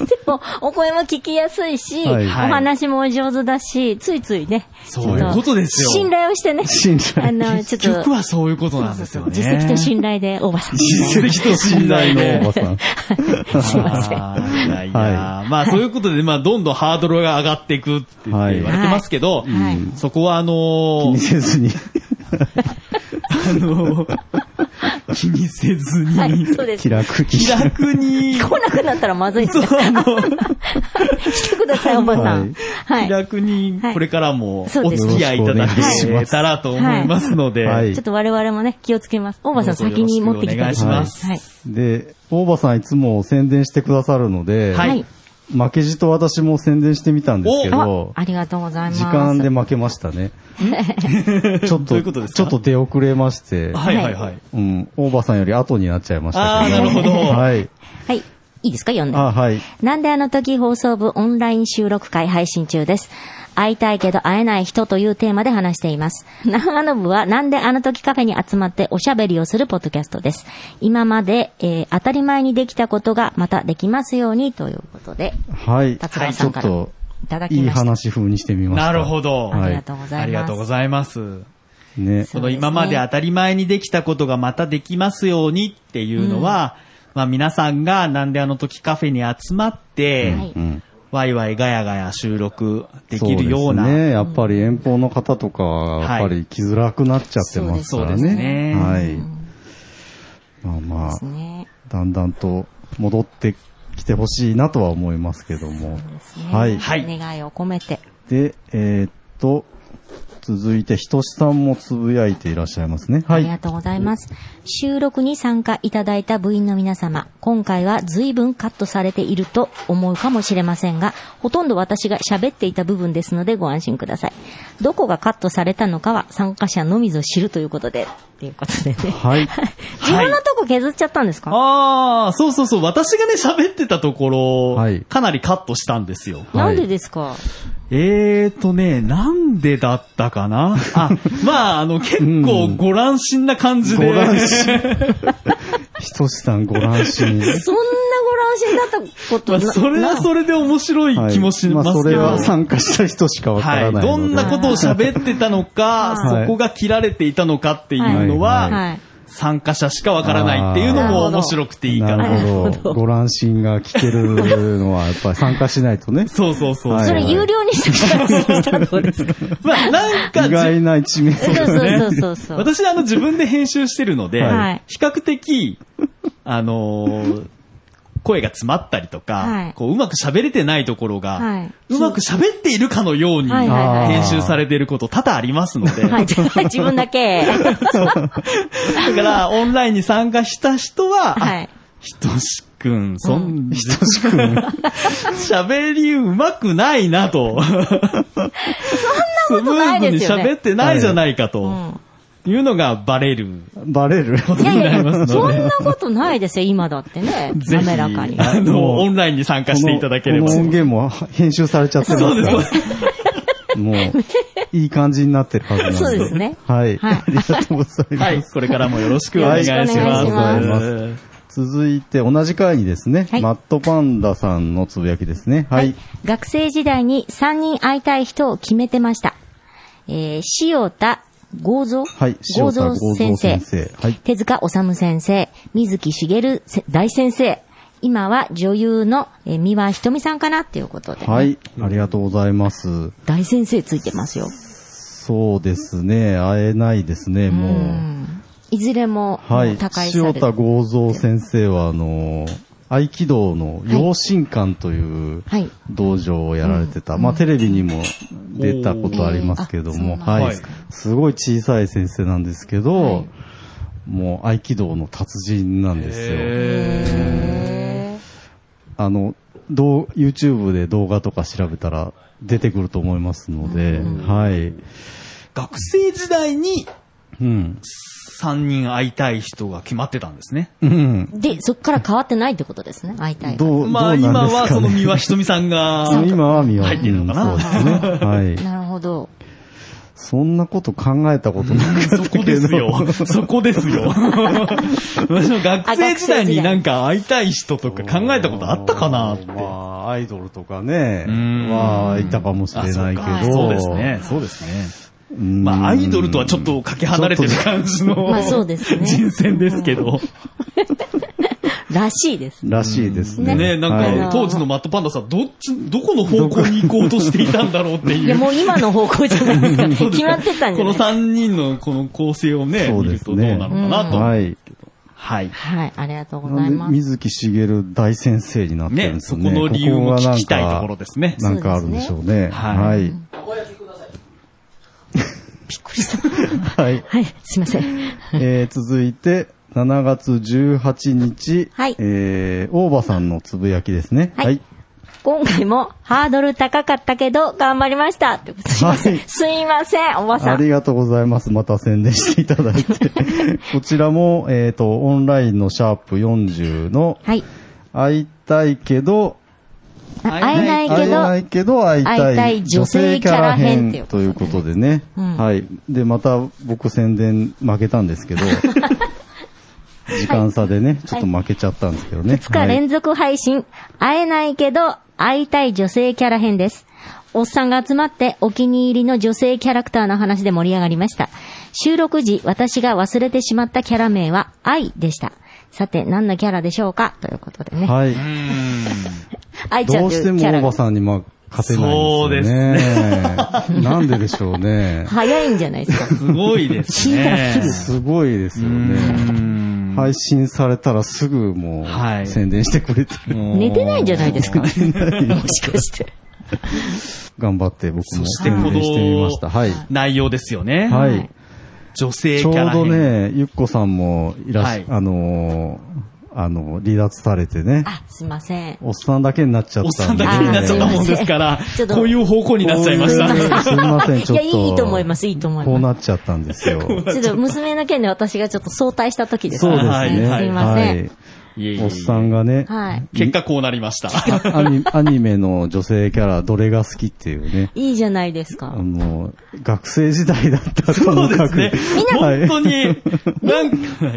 S3: でも、お声も聞きやすいし、
S2: はい
S3: お話もお上手だし、ついついね。
S4: そういうことですよ
S3: ちょっ信頼をしてね。
S2: 信頼
S3: あ の、ち
S4: 結
S3: ょっ
S4: 局
S3: と。
S4: はそういうことなんですよね。
S3: 実績と信頼で、おばさん。
S4: 実績と信
S2: 信頼
S4: 頼で
S2: のおばさん。
S3: すいません。
S4: あーいやいやまあそういうことで、まあどんどんハードルが上がっていくって言って言われてますけど、
S3: はい
S4: うんそこはあの
S2: 気に
S4: ー、
S2: せずに。
S4: あのー気にせずに、
S3: はい、そうです
S2: 気。楽気
S4: 気楽に、
S3: 来なくなったらまずいです
S4: そう
S3: ね。
S4: あの
S3: 来てください、おばさん。は
S4: 気
S3: い。
S4: 楽にこれからも
S3: はい
S4: お付き合いいただけたらと思いますので、
S2: はい
S3: ちょっと我々もね、気をつけます。大場さん
S4: どうぞ
S3: 先に持ってきてくださ
S4: よ
S3: い。
S4: ろしくお願
S3: はいい。
S2: で、大場さんいつも宣伝してくださるので、
S4: はい
S3: はい。
S2: 負けじと私も宣伝してみたんですけ
S3: あ
S2: ど、
S3: ありがとうございます。
S2: 時間で負けまし たね。ちょっ
S4: どう
S2: と、
S4: いうことですか
S2: ちょっと出遅れまして、
S4: はいはいはい。
S2: うん、大場さんより後になっちゃいました
S4: ああ、
S2: け
S4: な
S2: ど。
S4: るほど。
S2: はい。
S3: はい。いいですか読んで。
S2: あはい。
S3: なんであの時放送部オンライン収録会配信中です。会いたいけど会えない人というテーマで話しています。 長野部はなんであの時カフェに集まっておしゃべりをするポッドキャストです。今まで、えー当たり前にできたことがまたできますようにということで、
S2: はい。
S3: 達郎
S2: ち
S3: さ
S2: ょ
S3: ん
S2: っ
S3: から
S2: と、
S3: いただき
S2: いい
S3: ました。
S2: 話風にしてみました。
S4: なるほど。
S2: はい
S3: ありがとうございます。
S4: ありがとうございます。
S2: ね。
S4: その今まで当たり前にできたことがまたできますようにっていうのは、まあ皆さんがなんであの時カフェに集まって、
S3: はい
S2: うん。
S4: ワイワイガヤガヤ収録で
S2: そう
S4: き
S2: です
S4: るような。
S2: ね。やっぱり遠方の方とか、やっぱり来づらくなっちゃってますからね。
S4: そうですね
S2: はい。まあまあ
S3: す、ね。
S2: だんだんと戻ってきてほしいなとは思いますけども。
S3: ね
S2: はい。
S4: はい
S3: 願いを込めて。
S2: で、えーっと、続いて、ひとしさんもつぶやいていらっしゃいますね。は
S3: あ
S2: い。
S3: りがとうございます。収録に参加いただいた部員の皆様、今回は随分カットされていると思うかもしれませんが、ほとんど私が喋っていた部分ですのでご安心ください。どこがカットされたのかは参加者のみぞ知るということで、っていうことでね。
S2: はい。
S3: 自分のとこ削っちゃったんですか、
S4: ああ、そうそうそう。私がね、喋ってたところ、
S2: はい
S4: かなりカットしたんですよ。
S3: なんでですか
S4: えーとね、なんでだった かなあ、まあ、あの、結構ご乱心な感じで。
S2: ご乱心。ひとしさんご乱
S3: そ
S2: 心。
S3: んなご乱心だったこ
S4: ま
S3: と
S4: あ、
S3: な
S4: それはそれで面白い気もしま
S2: はいあ
S4: す
S2: そ
S4: け
S2: れ
S4: ど。
S2: は参加した人しかわからないので。
S4: どんなことを喋ってたのか、
S2: はい
S4: そこが切られていたのかっていうのは、
S2: はいはい
S4: 参加者しかわからないっていうのも
S3: あー
S4: 面白くていいか
S2: な
S4: な。
S2: る
S3: な
S2: ほ
S3: るほど
S2: ど。ご乱心が聞けるのは、やっぱり参加しないとね。
S4: そうそうそう。
S2: はい
S3: それ有料にしてからしたらどうですか
S4: まあ、なんか
S2: 意
S4: じ、
S2: 外な一面
S3: そうそうそうそう。
S4: 私、あの、自分で編集してるので、
S3: はい
S4: 比較 的、あのー声が詰まったりとか、
S3: はい
S4: こううまく喋れてないところが、
S3: はいう
S4: まく喋っているかのように
S3: はいはい
S2: はい
S4: 編集されていること多々ありますので、
S3: はい、じゃあ自分だけ。
S4: だからオンラインに参加した人は、あ
S3: はい。
S4: ひとしくん、そん、ひと
S2: しく ん
S4: 喋りうまくないなと。そんなこと
S3: とないですよね
S4: スムーズに喋ってないじゃないか
S3: う
S4: と。
S3: ん
S4: いうのがバレる。
S2: バレる。
S3: いやいやいや、そんなことないですよ、今だってね。
S4: ぜひ、
S3: 滑らかに。
S4: あの、
S2: もう
S4: オンラインに参加していただければ。
S2: このこ
S4: そ
S2: の
S4: う
S2: 音
S4: で
S2: 源も編集されちゃってますから。
S4: す、そうです。
S2: もう、いい感じになってるはずなんで。
S3: そうですね
S2: はい。
S3: はい
S2: ありがとうございます。
S4: はい、これからもよろしくお願いします。
S3: よろしくお願
S2: いしま続いて、同じ回にですね、
S3: はい
S2: マットパンダさんのつぶやきですね。はい。
S3: 学生時代に3人会いたい人を決めてました。えー、塩田豪造
S2: はい。塩田剛
S3: 剛
S2: 造
S3: 先
S2: 先生。
S3: 生。
S2: はい。
S3: 手塚治虫先生、水木しげるせ大先生。今は女優の、えー、三輪ひとみさんかなっていうことで。
S2: はい。ありがとうございます。
S3: 大先生ついてますよ。
S2: そうですね。会えないですね、もう。
S3: んいずれも、
S2: は
S3: も
S2: いう
S3: 他界。され
S2: 塩田剛三先生は、あの、合気道の養心館という
S3: はい
S2: 道場をやられてた。まあ、テレビにも出たことありますけども、
S3: おーあ
S2: はい
S4: そうなんですか。
S2: すごい小さい先生なんですけど、
S3: はい
S2: もう合気道の達人なんですよ。あの、どう YouTube で動画とか調べたら出てくると思いますので、はい。
S4: 学生時代に
S2: うん。
S4: 3人会いたい人が決まってたんですね。
S2: うん。
S3: で、そこから変わってないってことですね、会いたい。
S2: どう、
S4: ま
S2: どう
S4: あ今
S2: なんですか、ね、
S4: はその三輪ひとみさんが、
S2: あ今は見は
S4: 入ってるのかな
S2: うんそうですね。はい。
S3: なるほど。
S2: そんなこと考えたことなか
S4: そ
S2: った
S4: こ
S2: け
S4: で
S2: ど。
S4: す よ。そこですよ。私も学生時代になんか会いたい人とか考えたことあったかなって。
S2: まあ、アイドルとかね、
S4: うん
S2: は、いたかもしれないけ
S4: あ
S2: ど。
S4: そうかそうですね。そうですね。
S2: うん。
S4: まあ、アイドルとはちょっとかけ離れてる感じの、
S3: まあそうですね
S4: 人選ですけど。
S3: らしいです。
S2: らしいですね。
S4: ねなん
S2: は
S4: か、当時のマットパンダさん、どっち、どこの方向に行こうとしていたんだろうって
S3: い
S4: い
S3: や、
S4: う。
S3: もう今の方向じゃない ですか。決まってたんじ
S4: こ
S3: ゃな
S4: の
S3: いか。
S4: 3人のこの構成をね、
S2: そう
S4: 見
S2: で
S4: る
S2: す
S4: とどう
S2: ね
S4: なのかなと。
S2: い。はい。
S4: はい。
S3: はい、ありがとうござ
S2: ないんで、
S3: ます。
S2: 水木しげる大先生になってるん
S4: ね、
S2: です
S4: そ
S2: ね。
S4: この理由も
S2: ここが
S4: 聞
S2: なんか
S4: きたいところですね。
S2: なんかあるんでしょうね。
S4: は
S2: はいい。
S3: びっくりした。
S2: はい。
S3: はい、すいません。
S2: えー続いて、7月18日、
S3: はい
S2: えー、大場さんのつぶやきですね。
S3: はい今回もハードル高かったけど頑張りましたってこと す。
S2: はい。
S3: すいません、おばさ
S2: あ
S3: ん。
S2: りがとうございます。また宣伝していただい て。こちらも、えっ、と、オンラインのシャープ40の、
S3: はい。
S2: 会いたいけど、
S3: あ会えない
S2: 会え
S3: け
S2: な
S3: ど、
S2: いけど会い
S3: 会
S2: た
S3: いた
S2: い
S3: い女性キャラ編っていうこと
S2: ということでね。
S3: うん
S2: はい。で、また僕宣伝負けたん ですけど、時間差でね、ちょっと負けちゃったんですけどね。
S3: 2日連続配信、会えないけど会いたい女性キャラ編です。おっさんが集まってお気に入りの女性キャラクターの話で盛り上がりました。収録時、私が忘れてしまったキャラ名は愛でした。さて、何のキャラでしょうかということでね。
S2: はい。はい
S3: 愛ちゃ
S2: ど
S3: ん
S2: う
S3: とい
S2: して
S3: うキャ
S2: も
S3: ラ
S2: おば
S3: が。
S2: さんにまあ勝てないんですよね。そうですね。なんででしょうね。
S3: 早いんじゃないですか。
S4: すごいですね。
S2: すごいですよね。配信されたらすぐも
S4: は
S2: う
S4: い
S2: 宣伝してくれて、
S3: 寝てないんじゃないですか。もし
S2: ない
S3: かして。
S2: 頑張って僕も
S4: そしてこ
S2: 宣伝してみました。はい。
S4: の内容ですよね。
S2: はい。
S4: 女性
S2: ち
S4: キ
S2: ょう
S4: ャラ
S2: ど
S4: 編。
S2: ね、ゆっこさんもいらっしゃ、
S4: はい
S2: あのーあの、離脱されてね、
S3: あ、すいません。
S2: おっさんだけになっちゃ
S4: おっ
S2: っ
S4: さ
S2: た
S4: ん
S2: んで。
S4: だけになっちゃったもんですから
S3: ちょっ、と
S4: こういう方向になっちゃいました。
S2: た。すいません、ちょっと。
S3: いやいいと思いますいいと思います
S2: こうなっちゃったんですよ。
S3: ちょっと娘の件で私がちょっと早退した時です
S2: そう
S3: ね。
S2: ですね。
S4: はい
S3: すいません。
S4: いえいえいえ
S2: おっさんがね、
S3: はい。
S4: 結果こうなりました。
S2: アニアニメの女性キャラ、どれが好きっていうね。
S3: いいじゃないですか
S2: あ。の、学生時代だったと
S4: そ
S2: の
S4: うですね
S2: 覚悟。
S4: 本
S2: はい
S4: 当に、なんか、はいごめんな
S3: みんな喋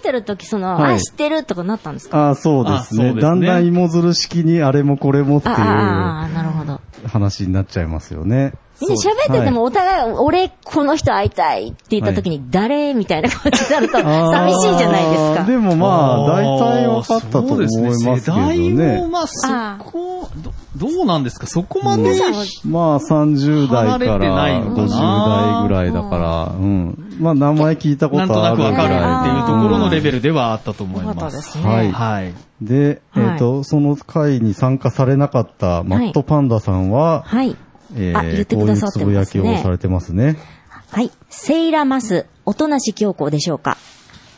S3: ってる時その、
S2: はい
S3: あ、知ってるとかなったんですか
S2: ああ、そうです
S4: あ
S2: ね
S4: そうですね
S2: だんだん芋づる式にあれもこれもってい
S3: ああ
S2: う
S3: ああ、なるほど。
S2: 話になっちゃいますよね。
S3: みんな喋っててもお互い、俺、この人会いたいって言った時に、誰みたいな感じになると、
S2: あー
S3: 寂しいじゃないですか。
S2: でもまあ、大体分かったと思い
S4: そう
S2: ま
S4: です
S2: けど
S4: ね世代も
S2: ね。
S4: まあ
S3: あ
S4: そこ、どどうなんですかそこまで、
S3: 皆さんは
S2: まあ、30代か
S4: 離れてない
S2: ら
S4: のか
S2: 50
S4: な
S2: 代ぐらいだから、うん。まあ、名前聞いたこ
S4: なんと
S2: とあ
S4: な
S2: る
S4: く
S2: ぐらい
S4: わ
S2: で。
S4: かるっていうところのレベ
S2: ル。
S4: ルではあったと思い
S3: よか
S4: ま。
S3: ったですすね。
S2: はい
S4: はい。
S2: で、えっ、
S3: はい
S2: と、その会に参加されなかったマットパンダさんは、
S3: はい。
S2: え
S3: あ言っ
S2: ー
S3: てく
S2: こうい
S3: だ
S2: う
S3: さっ
S2: つ
S3: て
S2: ぶ
S3: ま
S2: や
S3: す
S2: き
S3: ね
S2: をされてますね。
S3: はい。セイラマス、音無し教皇でしょうか。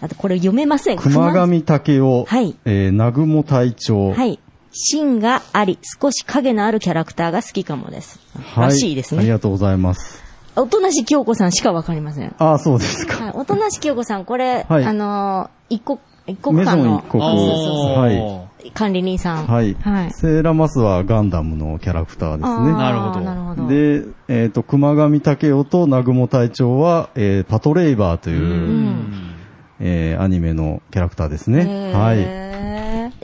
S3: あと、これ読めません。
S2: 熊上竹雄、
S3: はい
S2: えー、南雲隊長、
S3: はい。芯があり、少し影のあるキャラクターが好きかもです。
S2: はい
S3: らしいです
S2: あり
S3: ね。
S2: がとうございます。
S3: 音無し京子さんしかわかりません。
S2: ああ、そうですか。
S3: はい。音無し京子さん、これ、
S2: はい
S3: あのー一国、一国
S2: メゾ
S3: 間
S2: ン
S3: の
S2: 一国。
S4: あー
S3: そうそうそ
S2: は
S3: 管理人さん。
S2: はい。
S3: はい。
S2: セーラマスはガンダムのキャラクター
S3: あ
S2: で
S3: ー
S4: なるほど
S3: なるほど。
S2: すね。で、えっ、と、熊上武雄と南雲隊長は、えーパトレイバーという、
S3: うん。
S2: えーアニメのキャラクターです
S3: へ
S2: ね。
S3: ー
S2: はい。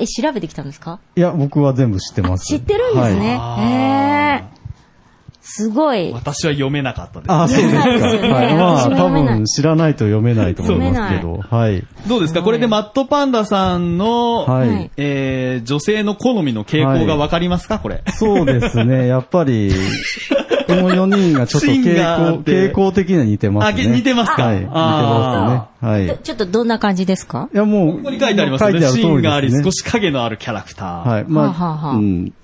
S3: え、調べてきたんですか
S2: いや、僕は全部知ってます。
S3: 知ってるんですね。
S2: はい
S4: はい
S3: へえ。すごい。
S4: 私は読めなかったです。
S2: あ あ、そうですか。
S3: そうですよね
S2: はい。ま
S3: 私
S2: あ、
S3: も
S2: 多
S3: 読めない
S2: 分知らないと読めないと思いますけど。はい。
S4: どうですかこれでマットパンダさんの、
S2: はい。
S3: はい
S4: えー、女性の好みの傾向がわかりますかこれ。
S2: そうですね。やっぱり、この4人がちょっと
S4: シン
S2: 傾
S4: ガー
S2: 向、
S4: で
S2: 傾向的には似てますね。
S4: あ似てますか
S2: はい。似て
S4: あ
S2: ますね。はい。
S3: ちょちょっとどんな感じですか
S2: いや、もう、
S4: ここに書いてありますよ
S2: 書い
S4: ね。
S2: て
S4: シ
S2: あ
S4: ー
S2: る通
S4: ン
S2: り
S4: があり、
S2: ですね
S4: 少し影のあるキャラクター。
S2: はい。まあ、
S3: はあはあ
S2: うん。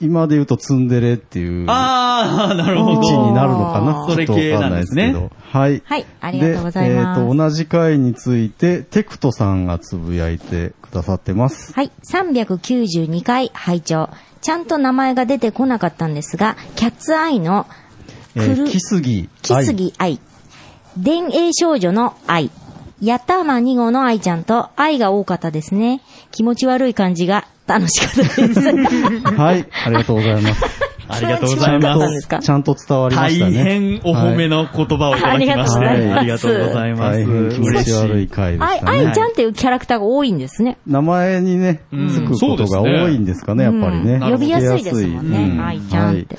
S2: 今で言うとツンデレっていう位
S4: ああ、なるほ
S2: 置
S4: ど。
S2: になるのかな
S4: そ
S2: ちょ
S4: れ
S2: っとわかんないですけ
S4: 系なん
S2: ど。はい。
S3: はい、ありがとうございます。
S2: でえっ、と、同じ回について、テクトさんがつぶやいてくださってます。
S3: はい、392回拝聴ちゃんと名前が出てこなかったんですが、キャッツアイの
S2: え
S3: く
S2: ー
S3: る、
S2: キスギ。
S3: キスギ愛。伝影少女の愛。やたま2号の愛ちゃんと愛が多かったですね。気持ち悪い感じが楽しかったです。
S2: はい。はい。ありがとうございます。
S4: ありがとうござい
S3: そう
S4: ま。
S3: なんですすか
S2: ちゃんと伝わりま
S4: 大
S2: したね。
S4: 変お褒めの言葉をいただきまして、
S2: はい
S4: ありがとうございま
S2: 大
S4: す。
S2: 変気持
S4: 嬉し
S2: ち悪い回で
S3: 愛
S2: し、た
S3: 愛
S2: ね
S3: ち。ゃんっていうキャラクターが多いんですね。
S2: 名前にね、
S4: うん
S2: つくことが多いんですかね、やっぱりね。
S3: うん呼びやすいですもん
S2: う
S3: ね、愛ちゃんって。う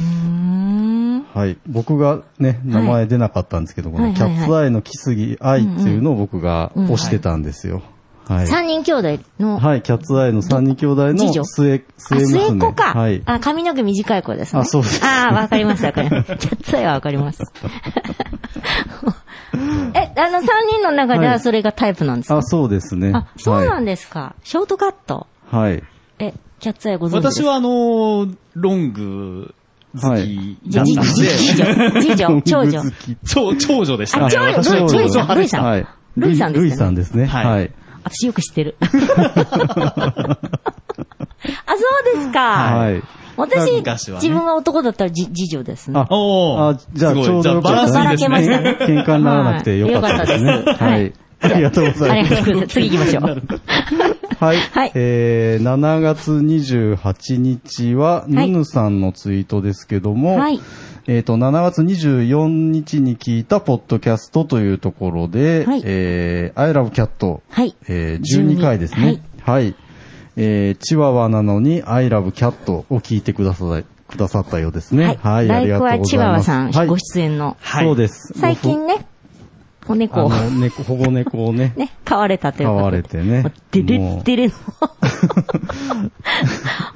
S3: ーん。
S2: はい。僕がね、名前出なかったんですけど、こ
S3: は
S2: の
S3: い
S2: キャッツアイのキスギ愛っていうのを僕が
S3: うんうん
S2: 押してたんですよ。はい。
S3: 三人兄弟の、
S2: はい、キャッツアイの三人兄弟
S3: 次女
S2: の末、末
S3: あ、
S2: 娘。
S3: 末っ子か。
S2: はい。
S3: あ、髪の毛短い子ですね。
S2: あそうです
S3: あーわかりました、わかりました。キャッツアイはわかります。え、あの、3人の中で
S2: は
S3: はいそれがタイプなんですか、
S2: あ、そうですね。
S3: あ、そうなん
S2: で
S3: ですか、ショートカット。
S2: す。はい。
S3: え、キャッツアイご存知です
S4: 私
S3: か
S4: はあのー、ロング好き
S3: じ
S4: だ
S3: ゃ
S4: った
S3: じ
S4: ん
S3: じ次
S4: で、
S3: 女、次女、長女
S2: 好。き
S4: 長長女でした
S3: あ
S4: ね。
S3: 長女
S4: 私は
S3: ルイさん
S4: 長女
S3: ルイさん
S2: はい。
S3: ルイさんですよね
S2: ルイさんですね。
S4: はい
S2: はい。
S3: 私よく知ってる。あ、そうですか。
S2: はい。
S3: 私、
S4: 昔は
S3: 自
S4: ね
S3: 分が男だったらじ次女ですね。
S2: あ
S4: おー
S2: あ、じゃあ
S4: すごい
S2: ちょうどよかっ
S3: じゃ
S2: た
S3: あバランスいいですね
S2: 喧嘩にならなくてよかったで
S3: はい
S2: すね。
S3: よかったですは
S2: はいい。ありがとうござ
S3: あ
S2: い
S3: り
S2: ます
S3: が。とうございます。次行きましょう。
S2: はい。
S3: はい
S2: えー、7月28日は、
S3: い
S2: ヌヌさんのツイートですけども、
S3: はい
S2: えっ、と、7月24日に聞いたポッドキャストというところで、
S3: はい
S2: えー、I love cat、
S3: はい
S2: えー、12回ですね。はい。えー、チワワなのに I love cat を聞いてください。くださったようですね。はい、あ
S3: ラ
S2: り
S3: イ
S2: が
S3: ク
S2: とうござい
S3: は
S2: ます。
S3: チワワさん、
S2: はい、
S3: ご出演の。
S4: はい
S2: そうです。
S3: 最近ね、お猫
S2: ご
S3: を
S2: ふ、あの、猫、保護猫をね
S3: 、ね、飼われたという
S2: 飼
S3: こと
S2: われ
S3: で。
S2: てね。
S3: デレ
S2: も
S3: ッ
S2: う
S3: デレの。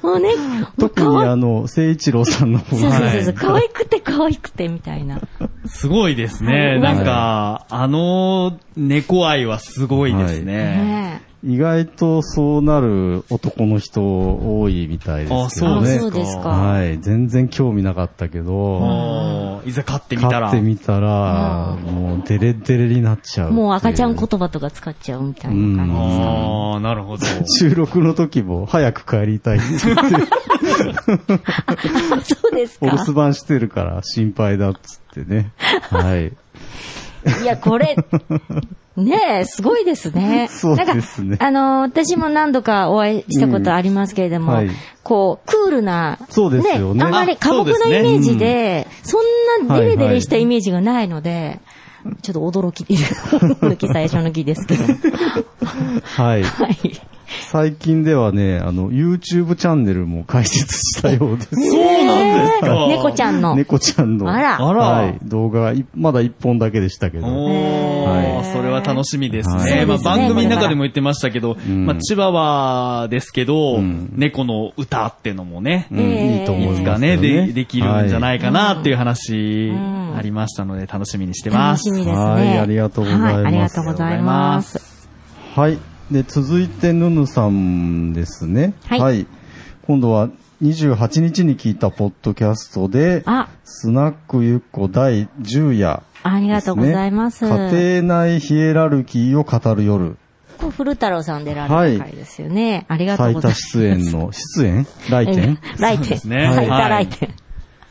S3: もうね、もう
S2: 特
S3: か
S2: に
S3: わい
S2: あの、聖一郎さんの方
S3: そう
S2: が、
S3: そうそうそう、
S4: は
S3: 可愛
S4: い
S3: くて可愛くてみたいな。
S4: すごいです
S3: はい
S4: ね。なんか、あの、猫愛はすごいですね。
S3: ねえ
S2: 意外とそうなる男の人多いみたいで
S4: あ、
S2: すけど
S4: そう
S2: ね。
S4: です
S3: そう
S4: か。
S3: ですか
S2: はい。全然興味なかったけど、
S4: おーいざ飼ってみた
S2: 飼
S4: ら。
S2: ってみたら、
S3: うん
S2: もうデレデレになっちゃうってい。
S3: もう赤ちゃん言葉とか使っちゃうみたいな感じですか。
S4: ああ、なる ほど。
S2: 収録の時も早く帰りたいって言って、
S3: あ そうです
S2: お留守
S3: か。
S2: 番してるから心配だっつってね。はい。
S3: いや、これ、ねえ、すごいですね。
S2: そうですね
S3: なんか、あの、私も何度かお会いしたことありますけれども、
S2: うんはい
S3: こう、クールな、
S2: そうですよね
S3: あまり
S4: あ
S3: 寡黙な
S4: そうで
S3: イメ
S4: すね
S3: ージで、そんなデレデレした
S2: はいはい
S3: イメージがないので、ちょっと驚き、驚き最初の気ですけ ど。
S2: はい。
S3: はい。
S2: 最近ではね、あの、YouTube チャンネルも開設したようです。
S4: そうなんですか。
S3: 猫ちゃんの。
S2: 猫ちゃんの。
S3: あら
S4: あら
S2: はい。動画がい、まだ一本だけでしたけど。
S4: お
S2: は
S4: ー
S2: い
S4: それは楽しみです
S2: はい
S4: ね。まあ
S3: そうですね
S4: 番組の中でも言ってましたけど、
S2: ん
S4: まあ千葉はですけど
S2: ん、
S4: 猫の歌ってのもね、
S2: うん、いいと思い
S4: い
S2: ます
S4: つ
S2: よ
S4: かね、で、できるんじ
S2: は
S4: ゃ
S2: い
S4: ないかなっていう話
S3: ん
S4: ありましたので、楽しみにしてま
S3: 楽
S4: す
S3: し。みですね。
S2: はいありがとうございます
S3: はありがとうございます。
S2: はい。で、続いて、ヌヌさんですね。
S3: はい
S2: 今度は、28日に聞いたポッドキャストで、
S3: あ、
S2: スナックゆっこ第10夜、
S3: ありがとうございます。
S2: 家庭内ヒエラルキーを語る夜、
S3: こう古太郎さん出られた回ですよね。ありがとう
S2: 最
S3: ござい
S2: 多
S3: ます。
S2: 出演の、出演来店
S3: 来
S4: そうで
S3: 店。
S4: すね
S3: 最多
S4: は
S3: 来
S4: い
S3: 店。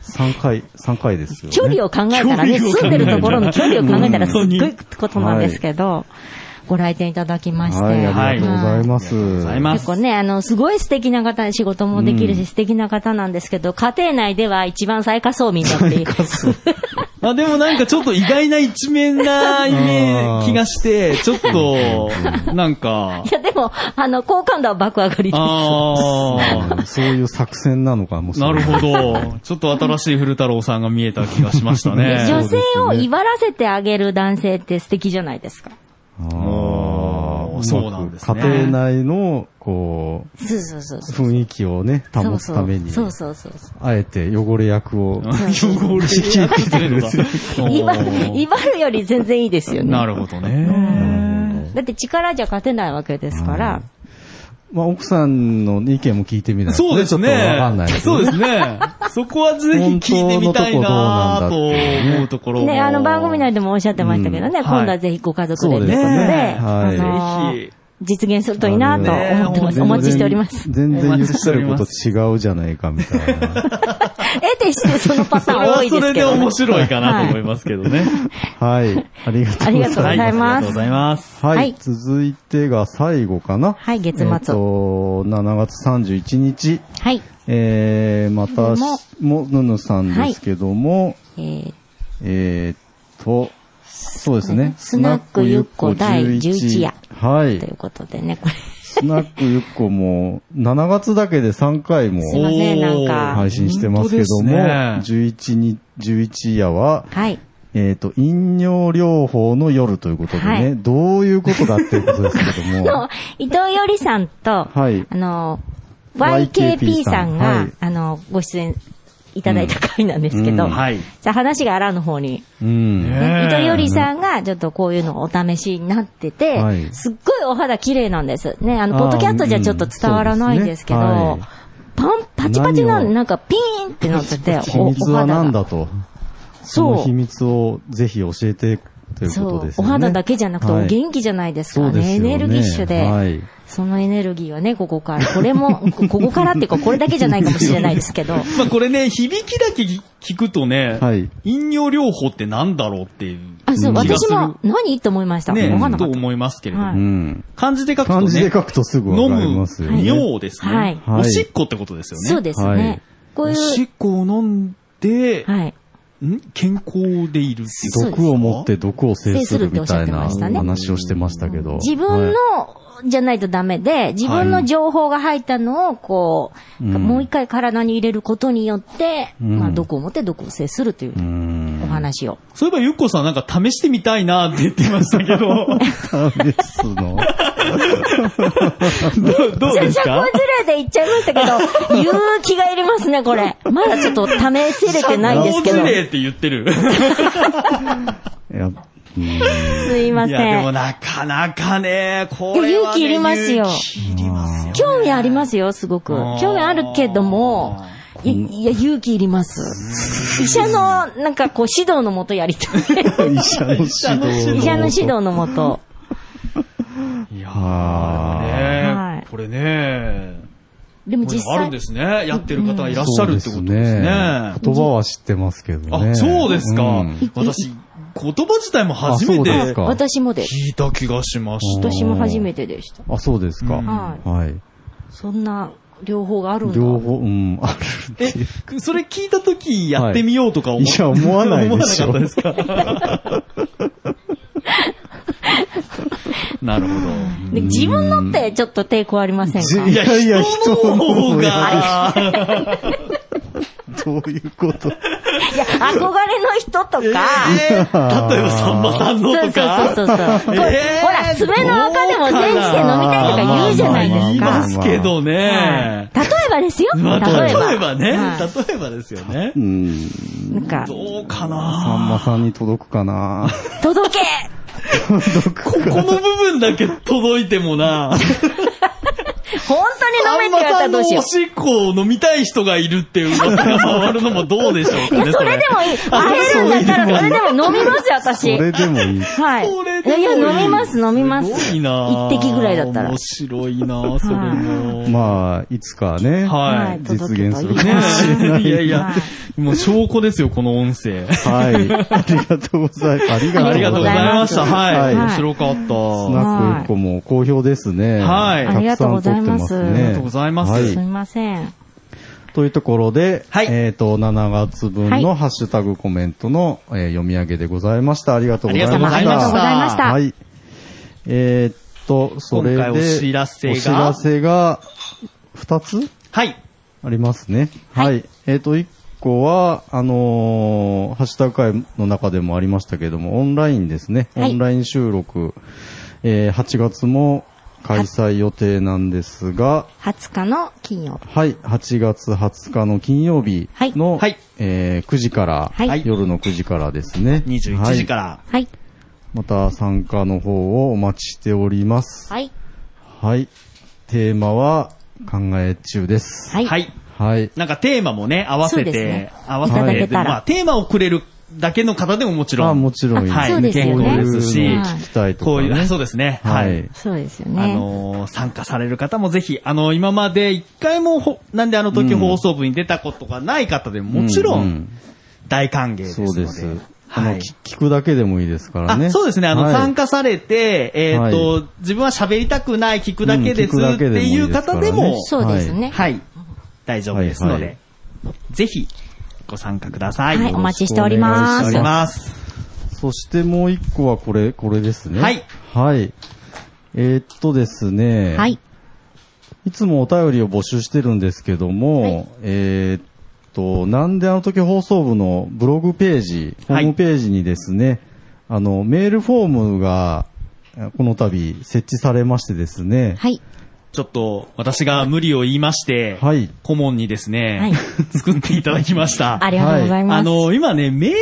S2: ?3 回、3回ですよ、ね。
S3: 距離を考えたらね、
S4: 距離を考え
S3: 住
S4: たら
S3: んでるところの距離を考えたらすっご
S4: 本当
S3: い
S4: に
S3: ことなんですけど、ご来店いただきまして。
S2: はい、ありがとうございます。
S4: ありがとうございます
S3: 結構ね、あの、すごい素敵な方で仕事 もできるし、素敵な方なんですけど、家庭内では一番最下層民だっていう。
S4: まあでもなんかちょっと意外な一面なイメージ気がして、ちょっと、なんか
S3: い、や、でも、あの、好感度は爆上がりです。
S4: ああ、
S2: そういう作戦なのかもしれな。
S4: ないるほど。ちょっと新しい古太郎さんが見えた気がしましたね。
S3: 女性
S2: そう
S3: を
S2: ですね
S3: 威張らせてあげる男性って素敵じゃないですか。
S2: あー
S4: そうなんですね
S2: うまく家庭内の、こ
S3: そうそうそう
S2: う、
S3: そう。
S2: 雰囲気をね、保つために、
S3: そうそうそうそう。
S2: あえて汚れ役を。
S4: 汚れやってたのか
S3: 威張威張るより全然いいですよね。
S4: なるほどね。
S3: だって力じゃ勝てないわけですから。
S2: まあ、奥さんの意見も聞いてみないと
S4: そうです
S2: ちょっとわ
S4: ね
S2: かんない。
S4: そうですね。そこはぜひ聞いてみたいなと思うところも
S3: ね、あの番組内でもおっしゃってましたけどね、
S4: うん
S3: 今度はぜひご家族で
S2: そ
S3: と
S2: う
S3: い
S2: で
S3: う
S2: す
S3: こ
S2: ね
S3: とで、
S2: はい
S3: あの
S4: ぜひ
S3: 実現するといいなと思ってます。
S4: ね
S3: お待ちしております。
S2: 全然言ってること違うじゃないかみたいな。
S3: えてしてそのパタ
S4: そ
S3: ーン
S4: れ
S3: 多
S4: はいそ
S3: です
S4: れ
S3: け
S4: で
S3: ど、
S4: 面白いかなと思いますけどね。
S2: はい。ありが
S3: あ
S2: とうござい
S3: り
S2: ま
S3: が
S2: す。
S3: とうござい
S4: あ
S3: ま
S4: りがとうご
S3: す。
S4: ざいます。
S2: はい、
S3: はい
S2: 続いてが最後かな。
S3: はい月末
S2: えっと、7月31日、
S3: はい。
S2: えー、またし、も、ぬぬさんですけども、
S3: えー
S2: えーっと、そうですね。
S3: スナックゆっこ第11夜
S2: は
S3: とい
S2: い。
S3: うことでね、これ。
S2: スナックゆっこも、7月だけで3回も
S3: すいませんなんか
S2: 配信してますけども、
S4: 本当です
S2: 11
S4: ね
S2: に、11夜は、
S3: はい。
S2: えっ、と、飲尿療法の夜ということでね、
S3: はい
S2: どういうことだっていうことですけども
S3: の、、伊藤よりさんと、
S2: はい
S3: あの、
S2: YKP
S3: YKP
S2: さ
S3: さ
S2: ん
S3: んが、
S2: はい
S3: あの、ご出演いただいた回なんですけど、
S2: うん
S4: はい。
S3: じゃあ話があらぬ方に、
S2: うん。
S4: ね
S3: ね、
S4: え
S3: 伊藤よりさんがちょっとこういうのをお試しになってて、
S2: はい
S3: すっごいお肌綺麗なんです。ね、あの、
S2: あー
S3: ポッドキャストじゃちょっと伝わらないんですけど、
S2: うんそうですね
S3: パン、パチパチな
S2: 何を
S3: んなんかピーンってなってて、
S2: 秘密は何だと。そ
S3: そう
S2: の秘密をぜひ教えてというこ
S3: そ
S2: と
S3: う
S2: で、す
S3: お
S2: よね。
S3: 肌だけじゃなくて、
S2: はい
S3: お元気じゃないです
S2: そ
S3: か
S2: うです
S3: ね。エ
S2: よね
S3: ネルギッシュで、
S2: はい
S3: そのエネルギーはね、ここから、これも、ここからっていうか、これだけじゃないかもしれないですけど、
S4: まあこれね、響きだけ聞くとね、
S2: はい
S4: 飲尿療法ってなんだろうっていう。
S3: あそう、
S4: 気が
S3: 私
S4: する
S3: も何って思いました。
S4: ね
S3: わかんな、か
S4: と
S3: った。
S4: 思いますけれど
S3: は
S4: も
S3: い。
S2: うん。
S4: 漢字で書くと
S2: 漢
S4: ね。
S2: 字で書くとすぐわ
S4: 飲
S2: か
S4: む
S2: りますよね。
S4: 尿ですね、
S3: はい
S2: はい
S4: おしっこってことですよね。
S3: そうですね。
S2: はい
S3: こうい
S4: おしっ
S3: う、
S4: こを飲んで、
S3: はい。
S4: ん健康でいるっていう
S3: そうです
S2: 毒を持って毒を制するみ
S3: 制するっ
S2: たいな
S3: ておっしゃってましたね
S2: 話をしてましたけど。
S3: 自分の、じゃないとダメで、自分の情報が入ったのを、こう、
S2: うん
S3: もう一回体に入れることによって、
S2: うん
S3: まあ、毒を持って毒を制するといううお
S2: ん。
S3: 話を。
S4: そういえばゆっこさんなんか試してみたいなって言ってました けど、
S2: ですの。
S3: 全
S4: どうどうで
S3: 然
S4: す
S3: こ
S4: か
S3: じれで言っちゃいましたけ ど、勇気がいりますね、これ。まだちょっと試せれてないんですけ ど
S4: 顔。事例って言ってる。
S2: いや、うん
S3: すいま
S4: いや、
S3: せ
S4: でも
S3: ん。
S4: なかなかね、これは、ね。
S3: いや勇気いりますよ
S4: 勇気いりますよ。
S3: 興味ありますよ、すごく
S4: あー。
S3: 興味あるけども、いいや、勇気いります。医者の、なんかこう、指導のもとやり たい。
S2: 医者の指
S4: 医者の指
S2: 導。
S3: 医者の指導のもと。
S4: いや
S2: はー
S4: ー、ね
S3: はい
S4: これね、
S3: でも
S4: こうい
S3: 実
S4: うのあるん
S3: 際
S4: で、すね。やってる方がいらっしゃるってこ
S2: そ
S4: とですね。
S2: うですね言葉は知ってますけどね。
S4: あ、そうですか。
S2: うん
S4: 私、言葉自体も初めて
S2: あそうです
S4: 聞
S2: か
S3: 私もです。
S4: いた気がしまし
S2: うん
S4: た。
S3: 私も初めてでした。
S2: あ、そうですか。
S4: うん
S3: はい
S2: はい。
S3: そんな、両方があるんだ。
S2: 両方、うん、あるって
S4: え
S2: いう。、
S4: それ聞いた時やってみようとか思っ
S2: いや思わないでしょ
S4: 思わなか ったですかなるほ
S3: で自分のってちょっと抵抗ありません
S2: じ
S3: か
S2: い
S4: ど。
S2: やいや、人
S4: 人
S2: の
S4: の方
S2: 方が、
S4: が、
S2: どういうこと
S3: いや、憧れの人とか、
S4: えー例えばさんまさんの
S3: そう
S4: と
S3: そう
S4: か。
S3: そうそう。こ
S4: えー
S3: れほら、爪の赤でも全治で飲みたいとか言うじゃないです
S2: まあまあまあまあ
S3: か。
S4: 言いますけど
S3: はい
S4: ね。
S3: 例えばですよ。
S4: まあ、
S3: 例えば。
S4: 例えばね。
S3: は
S4: 例えばですよね
S2: う。ん。
S3: いなんか、
S4: どうか
S2: さん
S4: な
S2: まさんに届くかな
S3: 届け
S4: ここの部分だけ届いてもな
S3: 本当に飲めってやったらどうしよう。
S4: さんまさんのおしっこを飲みたい人がいるっていう噂が回るのもどうでしょうかね、
S3: それでもいい。
S4: あ
S3: 会えるんだったら、それでも飲みますよ、
S2: そ
S3: 私。
S2: れでもいい。
S3: は
S4: それ
S3: い。い
S4: で
S3: や、
S4: もいい
S3: いや飲みます、飲みます。
S4: すごいな
S3: 一滴ぐらいだったら
S4: 面。白いなそれも。
S2: まあ、いつかね、
S4: は
S3: はい
S4: い。
S2: 実現するか
S4: ね
S2: もしれ ない。
S4: いやいや
S3: は、
S4: もう証拠ですよ、この音声。
S2: はい。ありがとうございます。あり
S4: ありが
S2: がとうご
S4: とうござ
S2: ざ
S4: い
S2: い
S4: ま
S2: ま
S4: し
S2: す。
S4: た。は。
S2: はいい
S4: 面白かった。
S2: スナック一個も好評ですね。
S4: はい
S2: たくさん撮って
S3: ありがとうございますあ
S2: ね
S3: りが
S4: とうございます
S2: は
S3: すみません。
S2: というところで、
S4: はい
S2: えっ、と、7月分
S3: は
S2: の
S3: い
S2: ハッシュタグコメントの、えー読み上げでございました。ありがとうございました。
S3: ありがとうございました
S2: はい。えーっと、それで、
S4: 今回お知らせが
S2: お知らせが2つ
S4: はい。
S2: ありますね。
S3: は
S2: はいい。えっ、と、1個は、あのーハッシュタグ会の中でもありましたけれども、オンラインですね。
S3: はい
S2: オンライン収録、えー8月も開催予定なんですが、
S3: 20日の金曜日。
S2: はい、8月20日の金曜日の、
S4: はい
S2: えー9時から、
S3: はい
S2: 夜の9時からですね。。
S4: 21時からら。
S3: はい。
S2: また参加の方をお待ちしております。
S3: はい。
S2: はい。テーマは考え中です。
S3: はい。
S4: はい。
S2: はい。
S4: なんかテーマもね、合わせ
S3: そう
S4: て、
S3: ですね
S4: 合わせ
S3: いただ
S4: て、
S3: けたら
S4: まあテーマをくれるだけの方でももちろ
S2: あ、
S4: ん、
S2: もちろんいいです。
S4: は
S3: そう
S4: い、
S3: ですよね
S2: こう
S4: 健康
S2: い
S4: で
S2: うの
S4: すし、
S2: 聞きたいと
S4: こ
S2: か
S4: ういう、
S2: ね。
S4: そうですね。は
S2: はいい。
S3: そうですよ
S4: あ
S3: ね。
S4: のー参加される方もぜひ、あのー今まで一回もほ、なんであの時
S2: うん
S4: 放送部に出たことがない方でも、もちろ
S2: うんうんん、
S4: 大歓迎です
S2: そ
S4: の
S2: う
S4: で。
S2: です。あ
S4: は
S2: の、
S4: い。
S2: き聞くだけでもいいですからね。
S4: あ、そうですね。あの、
S2: はい
S4: 参加されて、えっ、と、
S2: は
S4: 自分は喋りたくない、聞くだけです、
S2: うん聞く
S4: っ
S2: だ
S4: て
S2: けでもいい
S4: い
S2: で
S4: う
S2: すから
S4: 方
S2: ね
S4: でも、
S3: そうですね。
S4: はい。大丈夫ですので、
S2: はいはい
S4: ぜひ、ご参加ください。
S3: はい。お
S4: お
S3: 待ちしておりま
S4: 待ちし
S3: す
S4: ており。ます。
S2: そしてもう一個はこれ、これですね。
S4: はい。
S2: はい。えーっとですね。
S3: はい。
S2: いつもお便りを募集してるんですけども、えーっと、なんであの時放送部のブログページ、ホ
S4: はい
S2: ームページにですね、あの、メールフォームが、この度設置されましてですね、
S3: はい。
S4: ちょっと、私が無理を言いまして、
S2: はい
S4: 顧問にですね、
S3: はい
S4: 作っていただきまし た。
S3: ありがとうございます。
S4: あの、今ね、メール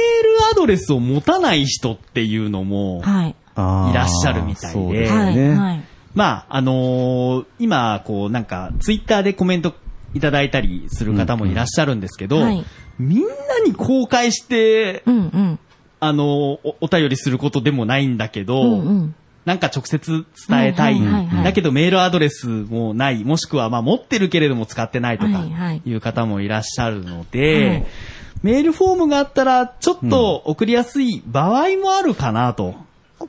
S4: アドレスを持たない人っていうのも、
S3: はい。
S2: あー
S4: いらっしゃるみたいで
S2: そうです
S4: え
S3: はい。
S2: ね。
S3: はい。
S4: まあ、あのー今、こう、なんか、ツイッターでコメントいただいたりする方もいらっしゃるんですけど、
S3: うんうんはい
S4: みんなに公開して、
S3: うんうん。
S4: あのーお、お便りすることでもないんだけど、
S3: うんうん。
S4: なんか直接伝えたい,、
S3: はいはいはいはい
S4: だけどメールアドレスもない。もしくはまあ持ってるけれども使ってないとか
S3: はいはい、
S4: いう方もいらっしゃるので、
S3: はい
S4: メールフォームがあったら、ちょっと送りやすい場合もあるかなと。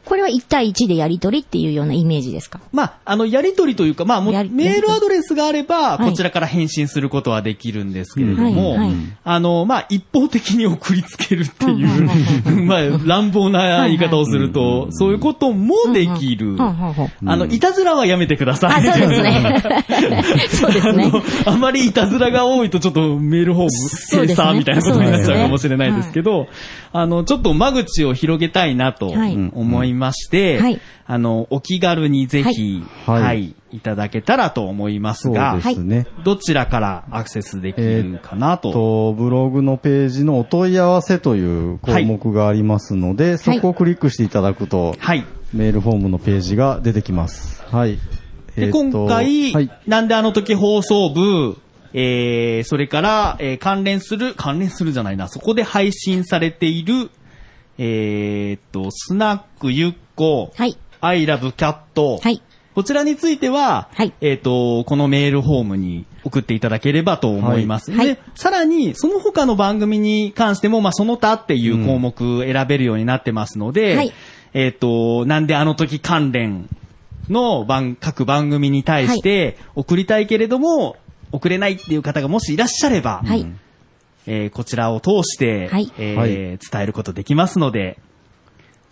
S3: これは1対1でやりとりっていうようなイメージですか
S4: まあ、あの、やりとりというか、まあ、もう
S3: やりや
S4: メ
S3: り
S4: ー
S3: とり
S4: ルアドレスがあれば、
S3: はい
S4: こちらから返信することはできるんですけれども、
S3: はいはい
S4: あの、まあ、一方的に送りつけるってい
S3: うんうん
S4: う、 まあ、乱暴な言い方をすると、そういうこともできる。
S3: ほんほんほん。
S4: あの、いたずらはやめてくださ
S3: あ、
S4: い。
S3: そうです ね。そうですね。
S4: あのあまりいたずらが多いとちょっとメールフォーム
S3: そう
S4: 閉
S3: ですね
S4: 鎖みたいなことになっちゃうかもしれない
S3: そう
S4: で
S3: です
S4: す
S3: ね
S4: けど、あの、ちょっと間口を広げたいなと
S3: はい
S4: 思いまして、
S3: はい
S4: あの、お気軽にぜひ、は、
S2: はいい
S4: いただけたらと思います
S2: そう
S4: が
S2: で、すね。
S4: どちらからアクセスできるかなと。
S2: と、ブログのページのお問い合わせという項目がありますので、そこをクリックしていただくと、
S4: はい。
S2: メールフォームのページが出てきます。はい。
S4: で、
S2: えーと
S4: 今回、
S2: はい。
S4: なんであの時放送部、えー、それから、えー、関連する、関連するじゃないな、そこで配信されている、えーっと、スナックゆっこ、
S3: はい。
S4: アイラブキャット、
S3: はい。
S4: こちらについては、
S3: はい
S4: えーっと、このメールフォームに送っていただければと思います。
S3: はいは
S4: で
S3: い、
S4: さらに、その他の番組に関しても、まあ、その他っていう項目選べるようになってますので、
S3: はい
S4: えーっと、なんであの時関連の番、各番組に対して、送りたいけれども、送れないっていう方がもしいらっしゃれば、
S3: はい。
S4: えーこちらを通して、
S3: はい
S4: えー
S2: はい
S4: 伝えることできますので、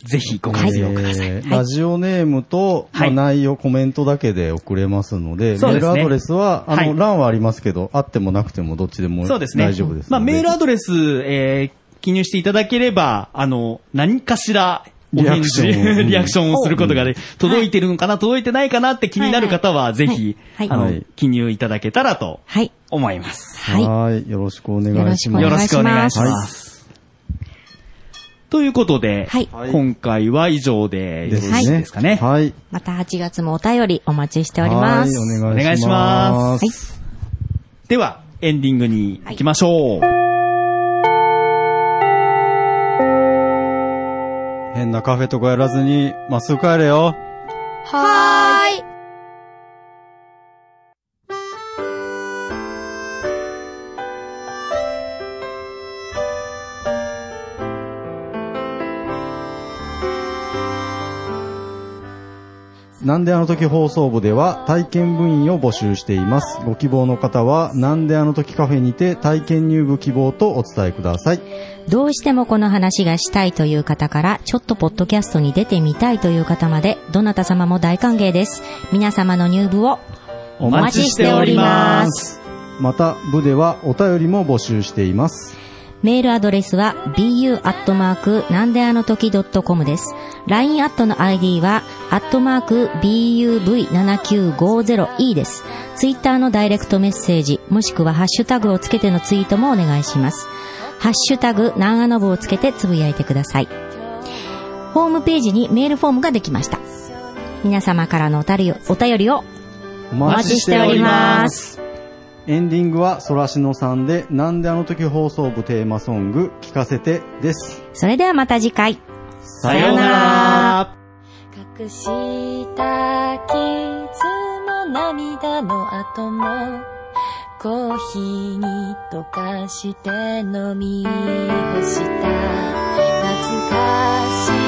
S4: ぜひご活用ください。
S2: えーラジオネームと、
S4: はい
S2: まあ、内容、コメントだけで送れますので、
S4: そう
S2: メ
S4: で
S2: ー
S4: す
S2: ル
S4: ね
S2: アドレスは、あの、
S4: はい
S2: 欄はありますけど、あってもなくてもどっちでも
S4: そうですね。
S2: 大丈夫ですので。
S4: まあ、メールアドレス、えー記入していただければ、あの、何かしら、お返事、
S2: リアクションをうん
S4: リアクションをすることがで、届いてるのかな、届いてないかなって気になる方は、ぜひ、
S3: はい
S4: あ
S2: は
S4: の
S2: い、
S4: 記入いただけたらと
S3: はい。
S4: 思います。
S3: は
S2: はい。よろしくお願いし
S3: お
S2: ま
S4: よ
S2: す。
S4: ろ
S3: 願い
S4: し
S3: します
S4: くお願いします。ということで、
S3: はい
S4: 今回は以上でよろしいですかね。
S2: はい。
S3: い。また8月もお便りお待ちしております。
S2: はい
S4: お
S2: お
S4: 願
S2: 願
S4: い
S2: い
S4: し
S2: し
S4: ま。
S2: ますす。
S4: では、エンディングに行きましょう。
S2: 変なカフェとかやらずに、まっすぐ帰れよ。
S1: 「
S2: なんであの時放送部では体験部員を募集しています。ご希望の方は、なんであの時カフェにて体験入部希望とお伝えください。
S3: どうしてもこの話がしたいという方から、ちょっとポッドキャストに出てみたいという方まで、どなた様も大歓迎です。皆様の入部を
S4: お待ちしております。
S2: また、部ではお便りも募集しています。
S3: メールアドレスは bu アットマークなんであの時 .com です。LINE アットの ID はアットマーク buv7950e です。ツイッターのダイレクトメッセージ、もしくはハッシュタグをつけてのツイートもお願いします。ハッシュタグなんあの部をつけてつぶやいてください。ホームページにメールフォームができました。皆様からのおたりをお便りをお
S2: お。
S3: 待ちしておりますす。
S2: エンディングは、そらしのさんで、なんであの時放送部テーマソング、聞かせてです。
S3: それではまた次回。
S4: さようなら。
S5: 隠した傷も涙の後もコーヒーに溶かして飲み干した懐かしい